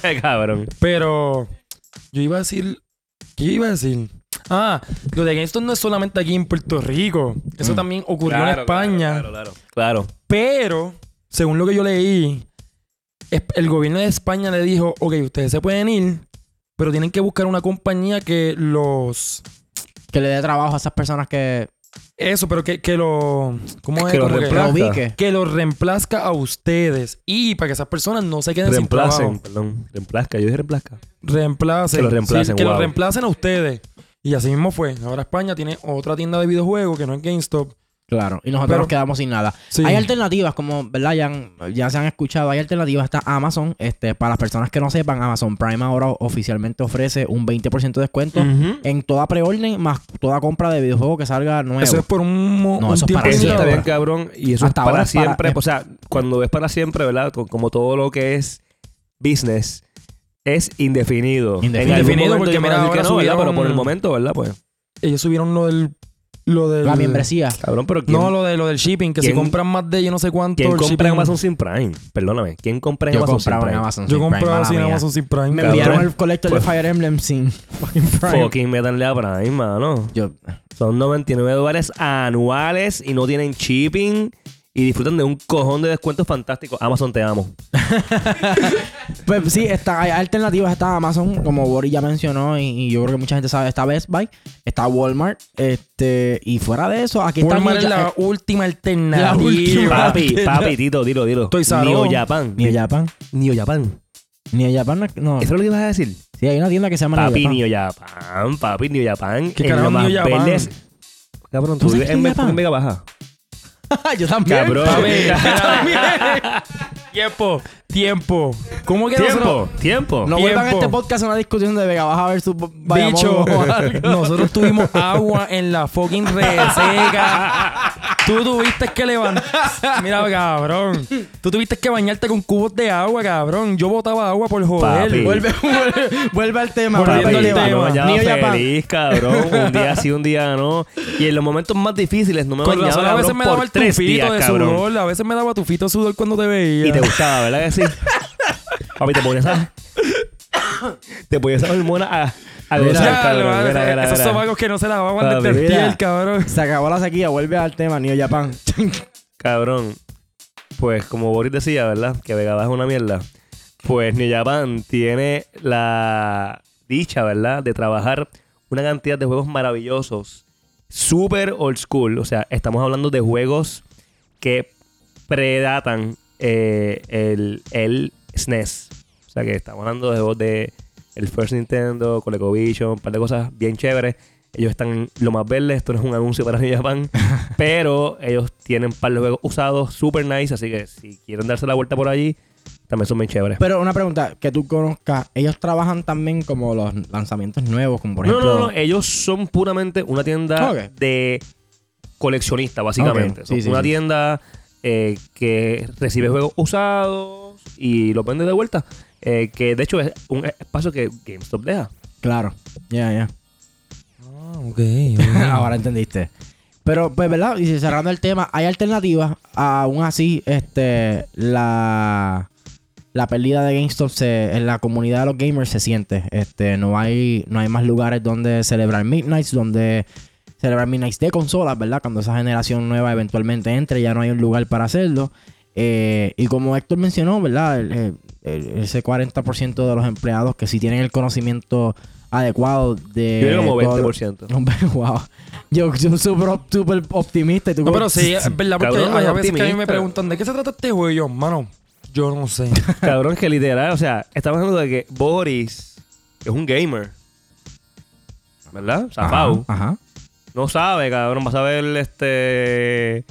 Speaker 2: Eh, cabrón.
Speaker 3: Pero yo iba a decir. ¿Qué iba a decir? Ah, lo de GameStop no es solamente aquí en Puerto Rico. Eso también ocurrió en España.
Speaker 2: Mm. Claro, claro. claro.
Speaker 3: Pero, según lo que yo leí, es- el gobierno de España le dijo: Ok, ustedes se pueden ir, pero tienen que buscar una compañía que los.
Speaker 1: Que le dé trabajo a esas personas que
Speaker 3: Eso, pero que, que lo. ¿Cómo es?
Speaker 2: Que lo
Speaker 3: Como
Speaker 2: reemplazca.
Speaker 1: ubique.
Speaker 3: que lo reemplazca a ustedes y para que esas personas no se queden sin
Speaker 2: Reemplacen,
Speaker 3: trabajo.
Speaker 2: perdón. Reemplazca, yo dije reemplazca.
Speaker 3: Reemplacen.
Speaker 2: Que lo reemplacen,
Speaker 3: que lo
Speaker 2: wow.
Speaker 3: reemplacen a ustedes. Y así mismo fue. Ahora España tiene otra tienda de videojuegos que no es GameStop.
Speaker 1: Claro, y nosotros
Speaker 3: Pero-
Speaker 1: nos quedamos sin nada.
Speaker 3: Sí.
Speaker 1: Hay alternativas, como ¿verdad? Ya, han- ya se han escuchado, hay alternativas. Está Amazon. Este, para las personas que no sepan, Amazon Prime ahora oficialmente ofrece un 20% de descuento en toda preorden más toda compra de videojuego que salga nuevo.
Speaker 3: Eso es por un, mo-
Speaker 1: No,
Speaker 3: un
Speaker 1: eso es para
Speaker 3: tiempo
Speaker 1: siempre.
Speaker 2: Eso está
Speaker 3: limitado.
Speaker 2: bien, cabrón. Y eso
Speaker 1: Hasta
Speaker 2: es
Speaker 1: ahora
Speaker 2: para
Speaker 1: es para-
Speaker 2: siempre. O sea, cuando es para siempre, ¿verdad? Co- Como todo lo que es business, es indefinido.
Speaker 1: Indefinido.
Speaker 2: En algún
Speaker 3: Indefinido,
Speaker 2: momento
Speaker 3: porque
Speaker 2: yo me
Speaker 3: mira,
Speaker 2: voy a decir que
Speaker 3: ahora
Speaker 2: no, ¿verdad?
Speaker 3: subieron-
Speaker 2: Pero por el momento, ¿verdad? Pues,
Speaker 3: Ellos subieron lo del. Lo del
Speaker 1: La membresía.
Speaker 2: cabrón, pero ¿quién,
Speaker 3: No, lo, de, lo del shipping, que si
Speaker 2: ¿Quién-
Speaker 3: compran más de yo no sé cuánto.
Speaker 2: ¿quién
Speaker 3: el
Speaker 2: compra en
Speaker 3: shipping-
Speaker 2: Amazon sin Prime? Perdóname. ¿Quién compra en
Speaker 1: Yo
Speaker 2: Amazon sin
Speaker 1: compraba en
Speaker 2: Prime?
Speaker 1: Amazon.
Speaker 3: Yo
Speaker 1: sin Prime,
Speaker 3: compraba
Speaker 1: mala
Speaker 3: sin
Speaker 1: mía.
Speaker 3: Amazon sin Prime.
Speaker 1: Me
Speaker 2: cabrón.
Speaker 1: enviaron el colector
Speaker 2: Pues-
Speaker 1: de Fire Emblem sin fucking Prime.
Speaker 2: Fucking métanle a Prime, mano.
Speaker 1: Yo,
Speaker 2: Son 99 dólares anuales y no tienen shipping. Y disfrutan de un cojón de descuentos fantásticos. Amazon, te amo.
Speaker 1: Pues sí, está, hay alternativas. Está Amazon, como Boris ya mencionó, y, y yo creo que mucha gente sabe. Está Best Buy, está Walmart. este Y fuera de eso, aquí está eh,
Speaker 3: Walmart es
Speaker 1: Neo
Speaker 3: la
Speaker 1: Ja-
Speaker 3: última alternativa.
Speaker 1: La última.
Speaker 2: Papi, papi, Tito, dilo, dilo.
Speaker 3: Estoy sarón.
Speaker 2: Neo Japan.
Speaker 1: Neo Japan.
Speaker 2: Neo Japan.
Speaker 1: Neo Japan, no-
Speaker 3: Ah.
Speaker 1: no.
Speaker 2: ¿Eso es lo que ibas a decir?
Speaker 1: Sí, hay una tienda que se llama
Speaker 2: Papi,
Speaker 1: Neo Japan.
Speaker 2: Neo Japan. Papi, Neo Japan.
Speaker 3: ¿Qué
Speaker 2: en
Speaker 3: carajo
Speaker 2: Lomas
Speaker 3: Neo Japan?
Speaker 2: Verdes. Cabrón, tú
Speaker 1: ¿Tú sabes
Speaker 2: vives
Speaker 1: qué es Neo
Speaker 2: en Mega-
Speaker 1: Japan?
Speaker 2: en Mega Baja.
Speaker 1: yo también.
Speaker 2: Cabrón.
Speaker 3: Papi, espérame. tiempo, tiempo. ¿Cómo que
Speaker 2: Tiempo,
Speaker 3: nosotros-
Speaker 2: tiempo.
Speaker 1: No vuelvan a
Speaker 3: Tiempo.
Speaker 1: este podcast a una discusión de Vega Baja versus Bo- Bayamón
Speaker 3: Bicho,
Speaker 1: o algo.
Speaker 3: nosotros tuvimos agua en la fucking reseca. Tú tuviste que levantar. Mira, cabrón. Tú tuviste que bañarte con cubos de agua, cabrón. Yo botaba agua por joder.
Speaker 2: Papi.
Speaker 1: Vuelve, vuelve, vuelve al tema.
Speaker 3: Volviendo
Speaker 1: vuelve al
Speaker 2: Papi,
Speaker 3: al
Speaker 1: tema.
Speaker 2: yo
Speaker 3: tema.
Speaker 2: bañaba
Speaker 1: Neo Japan.
Speaker 2: feliz, cabrón. Un día sí, un día no. Y en los momentos más difíciles no me
Speaker 3: Con razón,
Speaker 2: bañaba,
Speaker 3: a veces
Speaker 2: cabrón,
Speaker 3: me daba
Speaker 2: por
Speaker 3: el
Speaker 2: tres
Speaker 3: tufito
Speaker 2: días,
Speaker 3: de
Speaker 2: cabrón.
Speaker 3: sudor. A veces me daba tufito de sudor cuando te veía.
Speaker 2: Y te gustaba, ¿verdad que sí? Papi, te ponías a... Te ponías esa hormona a... A
Speaker 3: Ya,
Speaker 2: gozar,
Speaker 3: lo-
Speaker 2: cabrón. Mira, mira,
Speaker 3: esos
Speaker 2: mira.
Speaker 3: sobacos que no se lavaban
Speaker 2: Papi,
Speaker 3: desde el
Speaker 1: mira.
Speaker 3: piel, cabrón.
Speaker 1: Se acabó la sequía, vuelve al tema, Neo Japan.
Speaker 2: Cabrón, pues como Boris decía, ¿verdad? Que Vega Baja es una mierda. Pues New Japan tiene la dicha, ¿verdad? De trabajar una cantidad de juegos maravillosos. Super old school. O sea, estamos hablando de juegos que predatan eh, el, el SNES. O sea, que estamos hablando de juegos de el First Nintendo, ColecoVision, un par de cosas bien chéveres. Ellos están en lo más verde. Esto no es un anuncio para New Japan. Pero ellos tienen un par de juegos usados, super nice. Así que si quieren darse la vuelta por allí, también son bien chéveres.
Speaker 1: Pero una pregunta que tú conozcas, ellos trabajan también como los lanzamientos nuevos, como por
Speaker 2: No,
Speaker 1: ejemplo. Ah,
Speaker 2: no, no. Ellos son puramente una tienda
Speaker 1: Ok.
Speaker 2: de coleccionista, básicamente.
Speaker 1: Ok, sí,
Speaker 2: Son
Speaker 1: sí,
Speaker 2: una
Speaker 1: sí.
Speaker 2: tienda eh, que recibe juegos usados y los vende de vuelta. Eh, que de hecho es un espacio que GameStop deja.
Speaker 1: Claro. Ya, ya.
Speaker 3: Ah, ok.
Speaker 1: Ahora entendiste. Pero, pues, ¿verdad? Y cerrando el tema, hay alternativas. Aún así, este, la, la pérdida de GameStop se- en la comunidad de los gamers se siente. Este, no hay, no hay más lugares donde celebrar Midnights, donde celebrar Midnights de consolas, ¿verdad? Cuando esa generación nueva eventualmente entre, ya no hay un lugar para hacerlo. Eh, y como Héctor mencionó, ¿verdad? El- el- el- ese 40% de los empleados que sí tienen el conocimiento adecuado de...
Speaker 2: Yo era como
Speaker 1: todo lo-
Speaker 2: 20%.
Speaker 1: Hombre, wow. Yo soy súper op- súper optimista. y tú
Speaker 3: No,
Speaker 1: como-
Speaker 3: pero sí, eh, es verdad, porque
Speaker 2: Cabrón,
Speaker 3: hay
Speaker 2: es
Speaker 3: a veces que a mí me
Speaker 2: optimista.
Speaker 3: preguntan ¿de qué se trata este juego? Y yo, mano, yo no sé.
Speaker 2: Cabrón, que literal, o sea, estamos hablando de que Boris es un gamer. ¿Verdad?
Speaker 1: Ajá,
Speaker 2: Zapau.
Speaker 1: Ajá.
Speaker 2: No sabe, cabrón. Vas a ver este.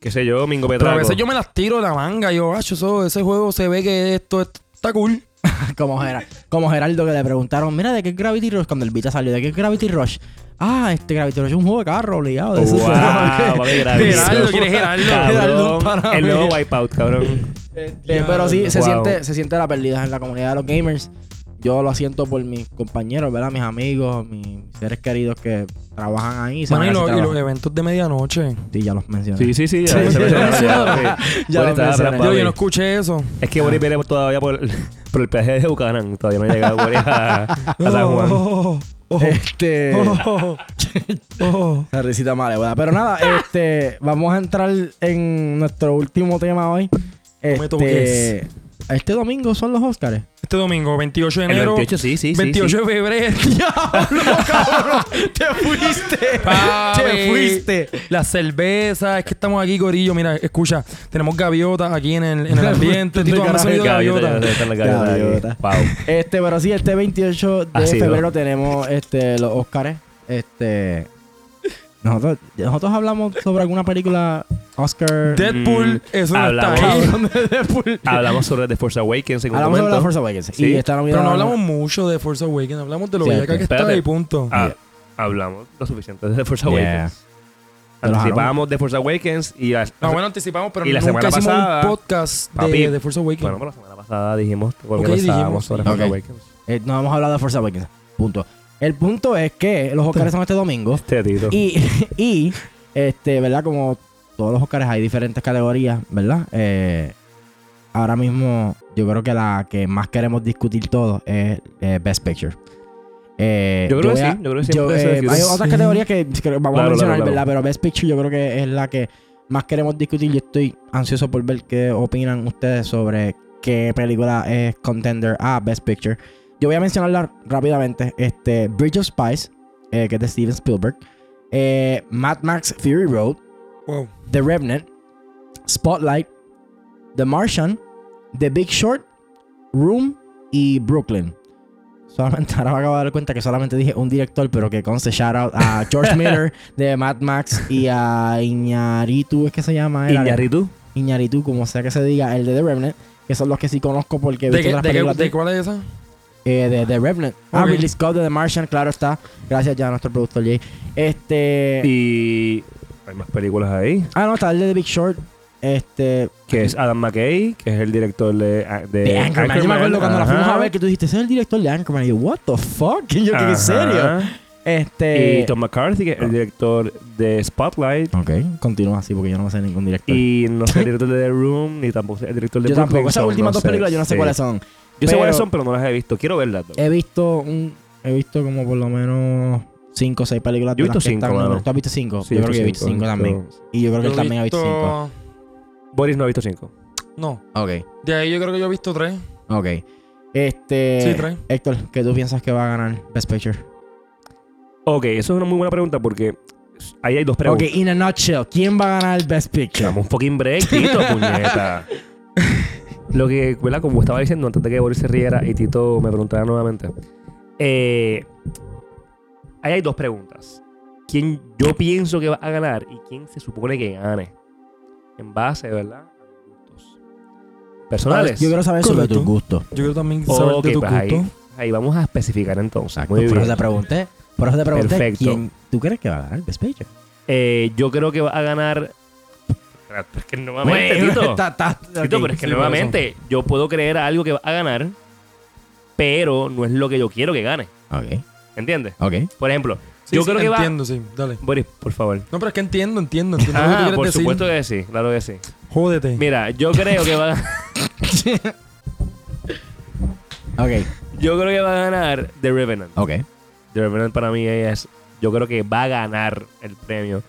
Speaker 2: qué sé yo, Mingo
Speaker 3: Pero a
Speaker 2: Petraco.
Speaker 3: veces yo me las tiro de la manga. Yo, ah, eso, ese juego se ve que esto, esto está cool.
Speaker 1: Como, Gera- como Geraldo que le preguntaron, mira, ¿de qué es Gravity Rush? Cuando el Vita salió, ¿de qué es Gravity Rush? Ah, este Gravity Rush es un juego de carro, obligado. De
Speaker 2: Wow,
Speaker 1: eso.
Speaker 2: papi, gravísimo.
Speaker 3: Gerardo, ¿quién es Gerardo?
Speaker 2: Cabrón,
Speaker 1: Gerardo para
Speaker 2: el
Speaker 1: mí.
Speaker 2: nuevo Wipeout, cabrón.
Speaker 1: Eh, pero sí, se,
Speaker 2: Wow.
Speaker 1: siente, se siente la pérdida en la comunidad de los gamers. Yo lo siento por mis compañeros, ¿verdad? Mis amigos, mis seres queridos que trabajan ahí. se
Speaker 3: Mano, y,
Speaker 1: van a
Speaker 3: los-
Speaker 1: hacer
Speaker 3: y los
Speaker 1: trabajo.
Speaker 3: eventos de medianoche.
Speaker 1: Sí, ya los mencioné.
Speaker 2: sí, sí.
Speaker 1: Sí.
Speaker 2: se lo- se lo-
Speaker 1: Sí. Ya lo
Speaker 2: Boris, estaba
Speaker 1: mencioné.
Speaker 2: atrás,
Speaker 3: Yo,
Speaker 2: papi.
Speaker 3: yo no escuché eso.
Speaker 2: Es que Boris viene todavía por el, por el peaje de Bucanán. Todavía no ha llegado Boris a, a San Juan. Eh,
Speaker 3: Oh, oh,
Speaker 1: Este.
Speaker 3: oh, oh, oh.
Speaker 1: La risita mala, ¿verdad? Pero nada, este, vamos a entrar en nuestro último tema hoy.
Speaker 3: me toques.
Speaker 1: Este, Este domingo son los Oscars.
Speaker 3: Este domingo, 28 de
Speaker 2: El
Speaker 3: enero.
Speaker 2: 28, sí, sí, sí,
Speaker 3: 28 de febrero. ¡Diablo, cabrón! ¡Te fuiste!
Speaker 1: Papi.
Speaker 3: ¡Te fuiste! La cerveza. Es que estamos aquí, Corillo. Mira, escucha. Tenemos gaviotas aquí en el, en el ambiente. Tito, hazme
Speaker 2: sí.
Speaker 3: sonido de gaviota.
Speaker 1: Gaviota.
Speaker 2: Wow.
Speaker 1: Este, pero sí, este 28 de
Speaker 2: Ha sido.
Speaker 1: febrero tenemos este, los Oscars. Este. Nosotros, nosotros hablamos sobre alguna película Oscar.
Speaker 3: Deadpool
Speaker 2: Mm,
Speaker 3: es una
Speaker 2: hablamos.
Speaker 3: taquilla.
Speaker 1: Cabrón, de Deadpool.
Speaker 2: Hablamos sobre The Force Awakens en un
Speaker 1: Hablamos sobre
Speaker 2: momento.
Speaker 1: la Force Awakens.
Speaker 2: Sí.
Speaker 1: Y esta Navidad-
Speaker 3: Pero no hablamos mucho de Force Awakens. Hablamos de lo
Speaker 1: Sí,
Speaker 3: bellaca que está
Speaker 2: espérate.
Speaker 3: y punto.
Speaker 2: Ah, hablamos lo suficiente de The Force
Speaker 1: Yeah.
Speaker 2: Awakens.
Speaker 1: Pero
Speaker 2: Anticipamos The Force Awakens y... la-
Speaker 3: Ah, bueno, anticipamos, pero
Speaker 2: y la
Speaker 3: nunca
Speaker 2: semana
Speaker 3: hicimos
Speaker 2: pasada-
Speaker 3: un podcast
Speaker 2: Papi,
Speaker 3: de, de Force Awakens.
Speaker 2: Bueno, pero la semana pasada dijimos que
Speaker 3: Ok, dijimos,
Speaker 2: conversábamos sobre
Speaker 1: sí.
Speaker 2: Force
Speaker 1: Ok.
Speaker 2: Awakens.
Speaker 1: Eh, no hemos hablado de Force Awakens. Punto. El punto es que los Oscars son este domingo.
Speaker 2: Este tito.
Speaker 1: Y, y, este, ¿verdad? Como todos los Oscars hay diferentes categorías, ¿verdad? Eh, ahora mismo yo creo que la que más queremos discutir todos es eh, Best Picture. Eh,
Speaker 2: Yo creo que
Speaker 1: voy a-
Speaker 2: sí, yo creo que sí,
Speaker 1: yo,
Speaker 2: eso
Speaker 1: eh,
Speaker 2: decido.
Speaker 1: hay otras
Speaker 3: Sí.
Speaker 1: categorías que que vamos a
Speaker 2: Claro,
Speaker 1: mencionar,
Speaker 2: claro,
Speaker 1: ¿verdad? Pero Best Picture yo creo que es la que más queremos discutir. Yo estoy ansioso por ver qué opinan ustedes sobre qué película es contender a Best Picture. Yo voy a mencionarla rápidamente. Este, Bridge of Spies, eh, que es de Steven Spielberg. Eh, Mad Max Fury Road.
Speaker 3: Wow.
Speaker 1: The Revenant, Spotlight, The Martian, The Big Short, Room y Brooklyn. Solamente ahora me acabo de dar cuenta que solamente dije un director, pero que conste shout out a George Miller de Mad Max y a Iñaritu, es que se llama él?
Speaker 2: Iñarritu.
Speaker 1: Iñárritu, como sea que se diga, el de The Revenant, que son los que sí conozco porque he
Speaker 3: ¿De,
Speaker 1: visto
Speaker 3: qué-
Speaker 1: otras
Speaker 3: de qué-
Speaker 1: películas
Speaker 3: de cuál es esa?
Speaker 1: eh, de The Revenant. Ah,
Speaker 3: Ok.
Speaker 1: Ridley Scott de The Martian, claro está. Gracias ya a nuestro productor Jay. Este.
Speaker 2: Y hay más películas ahí.
Speaker 1: Ah, no, está el de The Big Short. Este.
Speaker 2: Que es Adam McKay, que es el director de, de,
Speaker 1: De Anchorman. Yo me acuerdo cuando la fuimos
Speaker 2: ajá.
Speaker 1: a ver que tú dijiste, ese es el director de Anchorman. Y yo, what the fuck? Y yo, ¿qué,
Speaker 2: Ajá.
Speaker 1: ¿en serio? Este...
Speaker 2: Y Tom McCarthy, que es el director de Spotlight.
Speaker 1: Ok, continúa así porque yo no me sé ningún director.
Speaker 2: Y no sé el director de The Room, ni tampoco sé el director de
Speaker 1: yo
Speaker 2: Brooklyn,
Speaker 1: tampoco. Esas
Speaker 2: so
Speaker 1: últimas
Speaker 2: no
Speaker 1: dos
Speaker 2: sé,
Speaker 1: películas yo no sé
Speaker 2: sí.
Speaker 1: cuáles son.
Speaker 2: Yo sé
Speaker 1: Pero- Eh,
Speaker 2: cuáles son, pero no las he visto. Quiero verlas. though.
Speaker 1: He visto un... He visto como por lo menos cinco o seis películas.
Speaker 2: Yo he
Speaker 1: de las
Speaker 2: visto
Speaker 1: que
Speaker 2: cinco,
Speaker 1: están-
Speaker 2: mano.
Speaker 1: ¿Tú has visto cinco?
Speaker 2: Sí,
Speaker 1: yo creo que he visto cinco
Speaker 2: he
Speaker 1: también.
Speaker 2: visto-
Speaker 1: Y yo creo que él
Speaker 3: Yo he
Speaker 1: también ha visto cinco.
Speaker 3: visto-
Speaker 2: Boris no ha visto cinco.
Speaker 3: No,
Speaker 1: Ok,
Speaker 3: de ahí yo creo que yo he visto tres.
Speaker 1: ok. Este...
Speaker 3: Sí, tres.
Speaker 1: Héctor, ¿qué tú piensas que va a ganar Best Picture?
Speaker 2: Ok, eso es una muy buena pregunta porque ahí hay dos preguntas.
Speaker 1: Ok, in a nutshell, ¿quién va a ganar Best Picture?
Speaker 2: Dame un fucking break, Tito, puñeta. Lo que, ¿verdad? Como estaba diciendo antes de que Boris se riera y Tito me preguntara nuevamente. Eh, ahí hay dos preguntas. ¿Quién yo pienso que va a ganar y quién se supone que gane? En base, ¿verdad? A los gustos Personales.
Speaker 1: Ah, Yo quiero saber sobre
Speaker 3: Correcto.
Speaker 1: tus gustos.
Speaker 3: Yo quiero también saber
Speaker 2: Ok,
Speaker 3: de tu
Speaker 2: pues
Speaker 3: gusto.
Speaker 2: ahí, ahí vamos a especificar entonces.
Speaker 1: Exacto.
Speaker 2: Muy
Speaker 1: por eso
Speaker 2: bien.
Speaker 1: te pregunté. Por eso te pregunté
Speaker 2: Perfecto.
Speaker 1: quién tú crees que va a ganar el Best Picture.
Speaker 2: Eh, yo creo que va a ganar. Es que nuevamente,
Speaker 1: Bueno,
Speaker 2: Tito.
Speaker 1: está- está-
Speaker 2: Tito,
Speaker 1: ok.
Speaker 2: pero es que
Speaker 3: sí, por
Speaker 2: nuevamente yo puedo creer a algo que va a ganar, pero no es lo que yo quiero que gane.
Speaker 1: Ok,
Speaker 2: ¿Entiendes?
Speaker 1: ok.
Speaker 2: Por ejemplo,
Speaker 3: Sí,
Speaker 2: yo
Speaker 3: sí,
Speaker 2: creo que
Speaker 3: entiendo, sí, dale.
Speaker 2: va. Boris, por favor.
Speaker 3: No, pero es que entiendo, entiendo, entiendo lo que tú
Speaker 2: Ah,
Speaker 3: quieres
Speaker 2: por
Speaker 3: decir.
Speaker 2: supuesto que sí, claro que sí.
Speaker 3: Jódete.
Speaker 2: Mira, yo creo que va
Speaker 1: Ok,
Speaker 2: yo creo que va a ganar The Revenant.
Speaker 1: ok.
Speaker 2: The Revenant para mí es yo creo que va a ganar el premio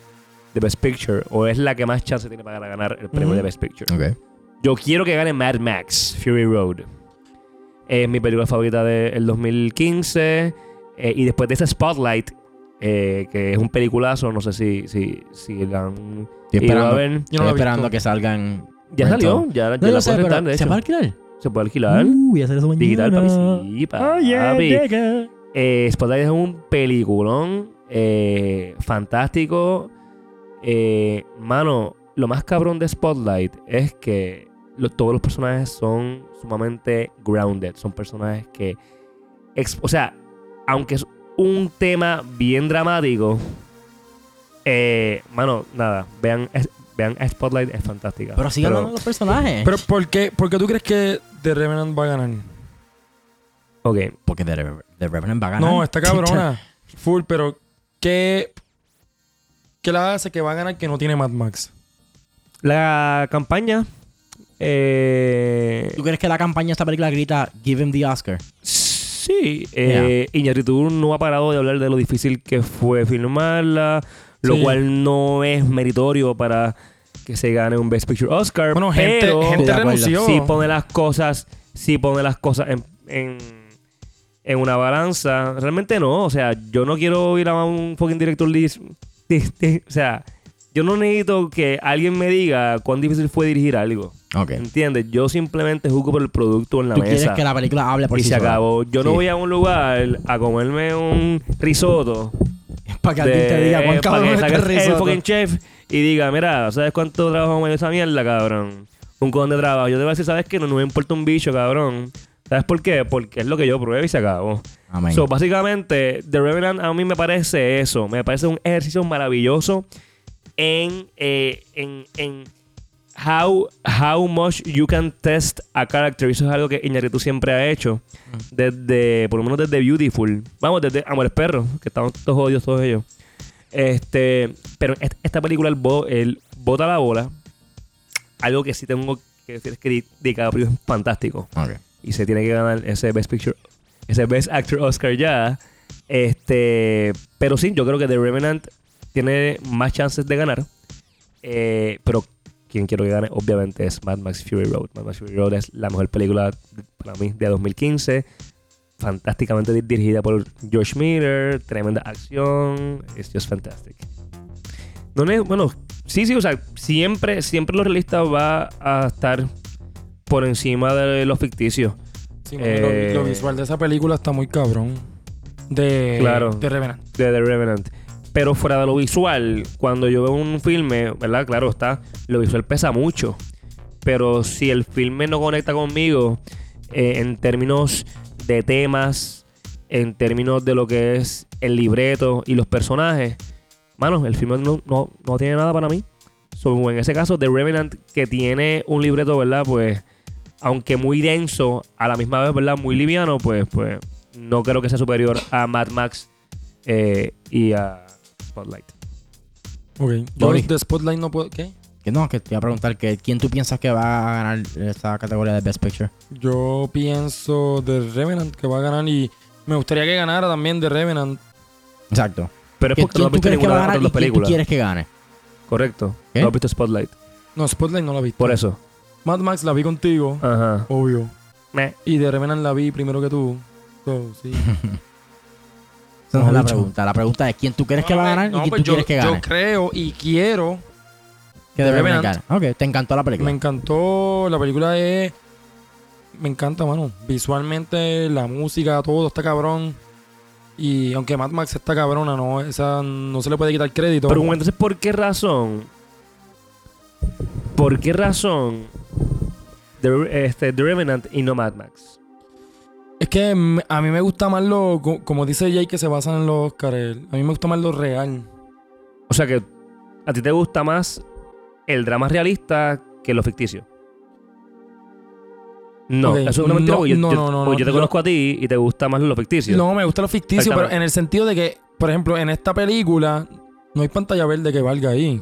Speaker 2: de Best Picture o es la que más chance tiene para ganar el premio
Speaker 3: Ujú.
Speaker 2: de Best Picture.
Speaker 1: Ok.
Speaker 2: Yo quiero que gane Mad Max, Fury Road. Es mi película favorita del 2015. eh, y después de ese Spotlight, eh, que es un peliculazo, no sé si, si, si la han
Speaker 1: Estoy
Speaker 2: ido a
Speaker 1: esperando,
Speaker 2: ver.
Speaker 3: Yo no lo he
Speaker 1: estoy esperando
Speaker 3: visto.
Speaker 1: que salgan.
Speaker 2: Ya salió, ya, ya
Speaker 1: No,
Speaker 2: la
Speaker 1: yo sé,
Speaker 2: puedes rentar,
Speaker 1: pero
Speaker 2: de
Speaker 1: ¿se
Speaker 2: hecho.
Speaker 1: va a alquilar?
Speaker 2: Se puede alquilar.
Speaker 1: Uh, voy a hacer eso mañana.
Speaker 2: Digital, papi. Sí,
Speaker 1: Oh,
Speaker 2: papi.
Speaker 1: nigga.
Speaker 2: Eh, Spotlight es un peliculón eh, fantástico. Eh, mano, lo más cabrón de Spotlight es que lo- todos los personajes son sumamente grounded. Son personajes que. ex- o sea, aunque es un tema bien dramático. eh, mano, nada. Vean, es- vean a Spotlight, es fantástica.
Speaker 1: Pero sigan hablando de los personajes.
Speaker 3: Pero ¿por qué, por qué tú crees que The Revenant va a ganar?
Speaker 2: Ok,
Speaker 1: Porque The, Rever- The Revenant va a ganar.
Speaker 3: No, está cabrona. Full, pero ¿qué, ¿qué la hace que va a ganar que no tiene Mad Max?
Speaker 2: La campaña. eh,
Speaker 1: ¿Tú crees que la campaña de esta película grita Give him the Oscar?
Speaker 2: Sí, eh, Iñárritu no ha parado de hablar de lo difícil que fue filmarla, lo
Speaker 3: Sí.
Speaker 2: cual no es meritorio para que se gane un Best Picture Oscar.
Speaker 3: Bueno, gente,
Speaker 2: pero
Speaker 3: gente
Speaker 1: de acuerdo.
Speaker 3: renunció.
Speaker 2: si pone las cosas, si pone las cosas en, en, en una balanza, realmente no. O sea, yo no quiero ir a un fucking director list. O sea, yo no necesito que alguien me diga cuán difícil fue dirigir algo.
Speaker 1: Ok.
Speaker 2: ¿Entiendes? Yo simplemente juzgo por el producto en la
Speaker 1: Tú quieres
Speaker 2: mesa.
Speaker 1: que la película hable por
Speaker 2: y
Speaker 1: sí
Speaker 2: se
Speaker 1: sola.
Speaker 2: acabó. Yo no
Speaker 1: Sí.
Speaker 2: voy a un lugar a comerme un risotto.
Speaker 1: Para que alguien
Speaker 2: de- eh,
Speaker 1: te diga cuán
Speaker 2: para
Speaker 1: cabrón
Speaker 2: que
Speaker 1: es este
Speaker 2: saque el
Speaker 1: risotto.
Speaker 2: fucking chef y diga, mira, ¿sabes cuánto trabajo me dio esa mierda, cabrón? Un cojón de trabajo. Yo te voy a decir, ¿sabes qué? No, no me importa un bicho, cabrón. ¿Sabes por qué? Porque es lo que yo pruebo y se acabó.
Speaker 1: Amén.
Speaker 2: So, básicamente, The Revenant a mí me parece eso. Me parece un ejercicio maravilloso en, eh, en, en how, how much you can test a character. Eso es algo que Iñárritu siempre ha hecho. Desde, por lo menos desde Beautiful. Vamos, desde Amores Perros, que estamos todos jodidos todos ellos. Este, pero est- esta película, el, bo- el bota la bola. Algo que sí tengo que decir es que Di- DiCaprio es fantástico
Speaker 1: Ok.
Speaker 2: y se tiene que ganar ese Best Picture, ese Best Actor Oscar ya. Este, pero sí, yo creo que The Revenant tiene más chances de ganar. Eh, pero quien quiero que gane, obviamente, es Mad Max Fury Road. Mad Max Fury Road es la mejor película de- para mí de 2015. Fantásticamente di- dirigida por George Miller, tremenda acción, es just fantastic. No ne- bueno, sí, sí, o sea, siempre, siempre los realistas va a estar por encima de los ficticios.
Speaker 3: Sí, mano, lo-
Speaker 2: Eh,
Speaker 3: lo, visual de esa película está muy cabrón. De,
Speaker 2: Claro.
Speaker 3: de Revenant.
Speaker 2: de The Revenant. Pero fuera de lo visual, cuando yo veo un filme, ¿verdad? Claro está, lo visual pesa mucho. Pero si el filme no conecta conmigo eh, en términos de temas, en términos de lo que es el libreto y los personajes, mano, el filme no, no- no tiene nada para mí. So, en ese caso, The Revenant, que tiene un libreto, ¿verdad? Pues, aunque muy denso, a la misma vez, ¿verdad? Muy liviano, pues, pues no creo que sea superior a Mad Max eh, y a Spotlight.
Speaker 3: Ok. Yo
Speaker 1: Bonnie.
Speaker 3: de Spotlight no puedo. ¿Qué?
Speaker 1: Que no, que te iba a preguntar que quién tú piensas que va a ganar esta categoría de Best Picture.
Speaker 3: Yo pienso de Revenant que va a ganar y me gustaría que ganara también de Revenant.
Speaker 1: Exacto.
Speaker 2: Pero es
Speaker 1: ¿Quién
Speaker 2: porque no
Speaker 1: tú
Speaker 2: has
Speaker 1: crees
Speaker 2: visto
Speaker 1: que
Speaker 2: ninguna
Speaker 1: va
Speaker 2: de
Speaker 1: a
Speaker 2: las
Speaker 1: ganar
Speaker 2: otras
Speaker 1: y quién
Speaker 2: dos
Speaker 1: tú
Speaker 2: películas.
Speaker 1: quieres ¿Eh? que gane?
Speaker 2: Correcto.
Speaker 1: ¿Qué?
Speaker 2: No has visto Spotlight.
Speaker 3: No, Spotlight no la vi.
Speaker 2: Por eso. Ah.
Speaker 3: Mad Max la vi contigo,
Speaker 2: Ajá.
Speaker 3: obvio.
Speaker 2: Meh.
Speaker 3: Y de Revenant la vi primero que tú. So, sí.
Speaker 1: Esa no es la
Speaker 3: Bicho.
Speaker 1: pregunta. La pregunta es quién tú crees que va a ganar
Speaker 3: No,
Speaker 1: y quién
Speaker 3: pues
Speaker 1: tú
Speaker 3: yo,
Speaker 1: quieres que gane.
Speaker 3: yo creo y quiero.
Speaker 1: Que debe
Speaker 3: Revenant.
Speaker 1: ganar. Ok, te encantó la película.
Speaker 3: Me encantó la película es. Me encanta, mano. Visualmente, la música, todo está cabrón. Y aunque Mad Max está cabrona, no, esa no se le puede quitar crédito.
Speaker 2: Pero bueno, entonces, ¿por qué razón? ¿Por qué razón The, este, The Revenant y no Mad Max?
Speaker 3: Es que mm, a mí me gusta más lo, co- como dice Jay, que se basan en los Oscars. A mí me gusta más lo real.
Speaker 2: O sea que a ti te gusta más el drama realista que lo ficticio. No,
Speaker 3: Ok,
Speaker 2: eso es una mentira.
Speaker 3: no,
Speaker 2: porque yo,
Speaker 3: no,
Speaker 2: yo-
Speaker 3: no, no,
Speaker 2: porque yo te
Speaker 3: no.
Speaker 2: conozco a ti y te gusta más lo ficticio.
Speaker 3: No, me gusta lo ficticio, pero
Speaker 2: Exactamente.
Speaker 3: en el sentido de que, por ejemplo, en esta película no hay pantalla verde que valga ahí.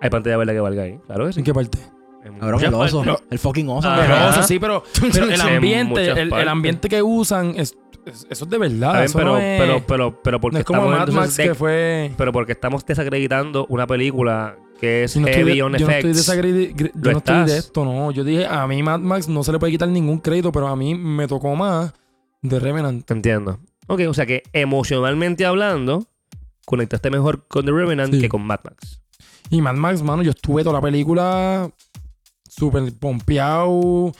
Speaker 2: Hay pantalla verde que valga ahí. Claro que sí.
Speaker 3: ¿En qué parte?
Speaker 2: En
Speaker 1: Cabrón, el
Speaker 2: muchas
Speaker 1: oso.
Speaker 2: partes.
Speaker 1: El fucking oso.
Speaker 2: Ah,
Speaker 1: de
Speaker 3: Pero,
Speaker 2: Ajá.
Speaker 3: o sea, sí, pero, pero el
Speaker 2: En
Speaker 3: ambiente,
Speaker 2: muchas
Speaker 3: el, el
Speaker 2: partes.
Speaker 3: ambiente que usan, es- es- eso es de verdad.
Speaker 2: Está bien,
Speaker 3: Ah, eso
Speaker 2: pero,
Speaker 3: no es,
Speaker 2: pero, pero, pero
Speaker 3: no
Speaker 2: porque
Speaker 3: es como
Speaker 2: estamos
Speaker 3: Mad
Speaker 2: entonces
Speaker 3: Max
Speaker 2: de-
Speaker 3: que fue.
Speaker 2: pero porque estamos desacreditando una película que es
Speaker 3: Yo no estoy,
Speaker 2: heavy
Speaker 3: de-
Speaker 2: on
Speaker 3: yo no estoy
Speaker 2: effects.
Speaker 3: desagredi- gr- yo
Speaker 2: Lo
Speaker 3: no estoy de
Speaker 2: estás.
Speaker 3: esto, no. Yo dije, a mí Mad Max no se le puede quitar ningún crédito, pero a mí me tocó más de Revenant.
Speaker 2: Te entiendo. Ok, o sea que emocionalmente hablando, conectaste mejor con The Revenant
Speaker 3: Sí.
Speaker 2: que con Mad Max.
Speaker 3: Y Mad Max, mano, yo estuve toda la película súper pompeado,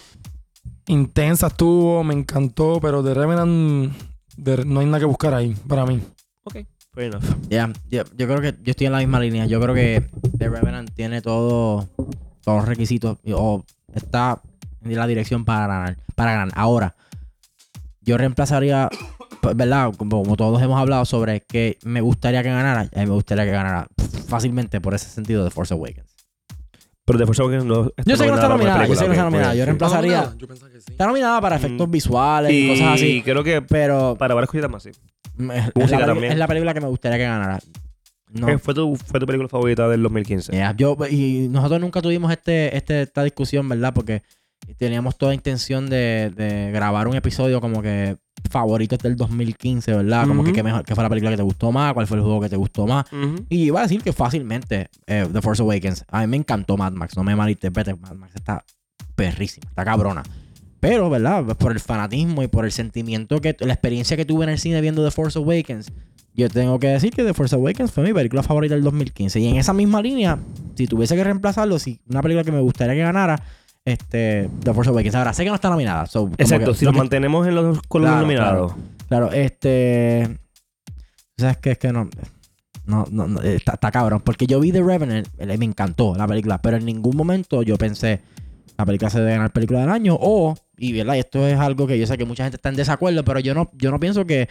Speaker 3: intensa estuvo, me encantó, pero de Revenant de- no hay nada que buscar ahí, para mí.
Speaker 2: Fair enough.
Speaker 1: Ya, ya, yo creo que yo estoy en la misma línea. Yo creo que The Revenant tiene todo, todos los requisitos y- o está en la dirección para ganar, para ganar. Ahora, yo reemplazaría, pues, ¿verdad? Como, como todos hemos hablado sobre que me gustaría que ganara, a mí me gustaría que ganara fácilmente por ese sentido de Force Awakens.
Speaker 2: Pero The Force Awakens no
Speaker 1: Yo sé que no está
Speaker 2: para mejor
Speaker 1: nominada, yo sé que no está
Speaker 2: película.
Speaker 1: nominada.
Speaker 2: Ok,
Speaker 1: Yo
Speaker 2: ok,
Speaker 1: reemplazaría.
Speaker 3: Yo pensaba que sí.
Speaker 1: Está nominada para efectos
Speaker 2: Mm.
Speaker 1: visuales
Speaker 2: sí.
Speaker 1: y cosas
Speaker 2: Y
Speaker 1: así,
Speaker 2: creo que
Speaker 1: pero
Speaker 2: para varias cositas más, sí.
Speaker 1: me- es,
Speaker 2: música
Speaker 1: la, peli-
Speaker 2: también.
Speaker 1: es la película que me gustaría que ganara. No,
Speaker 2: Eh, Fue, tu, fue tu película favorita del 2015.
Speaker 1: Yeah, yo, y nosotros nunca tuvimos este, este, esta discusión, ¿verdad? Porque teníamos toda intención de, de grabar un episodio como que favoritos del 2015, ¿verdad? Como
Speaker 2: Ujú.
Speaker 1: que qué mejor, qué fue la película que te gustó más, cuál fue el juego que te gustó más.
Speaker 2: Ujú.
Speaker 1: Y iba a decir que fácilmente eh, The Force Awakens. A mí me encantó Mad Max. No me malinterpretes. Mad Max está perrísima, está cabrona. Pero, ¿verdad? Pues Por el fanatismo y por el sentimiento que... La experiencia que tuve en el cine viendo The Force Awakens. Yo tengo que decir que The Force Awakens fue mi película favorita del 2015. Y en esa misma línea, si tuviese que reemplazarlo, si una película que me gustaría que ganara, este, The Force Awakens. Ahora, sé que no está nominada. so, como
Speaker 2: Exacto,
Speaker 1: que-
Speaker 2: si
Speaker 1: lo
Speaker 2: los
Speaker 1: que-
Speaker 2: mantenemos en los columnas
Speaker 1: Claro,
Speaker 2: nominados.
Speaker 1: Claro, este. ¿Sabes qué? Es que no. No, no, no, eh, está, está cabrón. Porque yo vi The Revenant, eh, me encantó la película, pero en ningún momento yo pensé la película se debe ganar película del año. O, y verdad, Y esto es algo que yo sé que mucha gente está en desacuerdo, pero yo no, yo no pienso que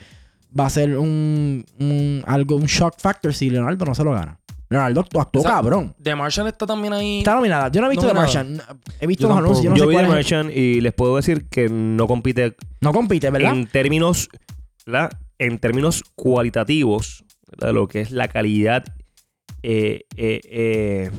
Speaker 1: va a ser un, un- algo, un shock factor si Leonardo no se lo gana. Leonardo actuó
Speaker 3: Exacto.
Speaker 1: cabrón.
Speaker 3: The Martian está también ahí.
Speaker 1: Está nominada. Yo no he visto The
Speaker 3: Nominada.
Speaker 1: Martian. He visto
Speaker 3: Yo
Speaker 1: los
Speaker 3: tampoco.
Speaker 1: anuncios. Yo no
Speaker 2: Yo
Speaker 1: sé
Speaker 2: vi The
Speaker 1: cuál es el-
Speaker 2: Martian y les puedo decir que no compite
Speaker 1: No compite, ¿verdad?
Speaker 2: en términos, ¿verdad? En términos cualitativos, ¿verdad? Lo que es la calidad eh, eh, eh,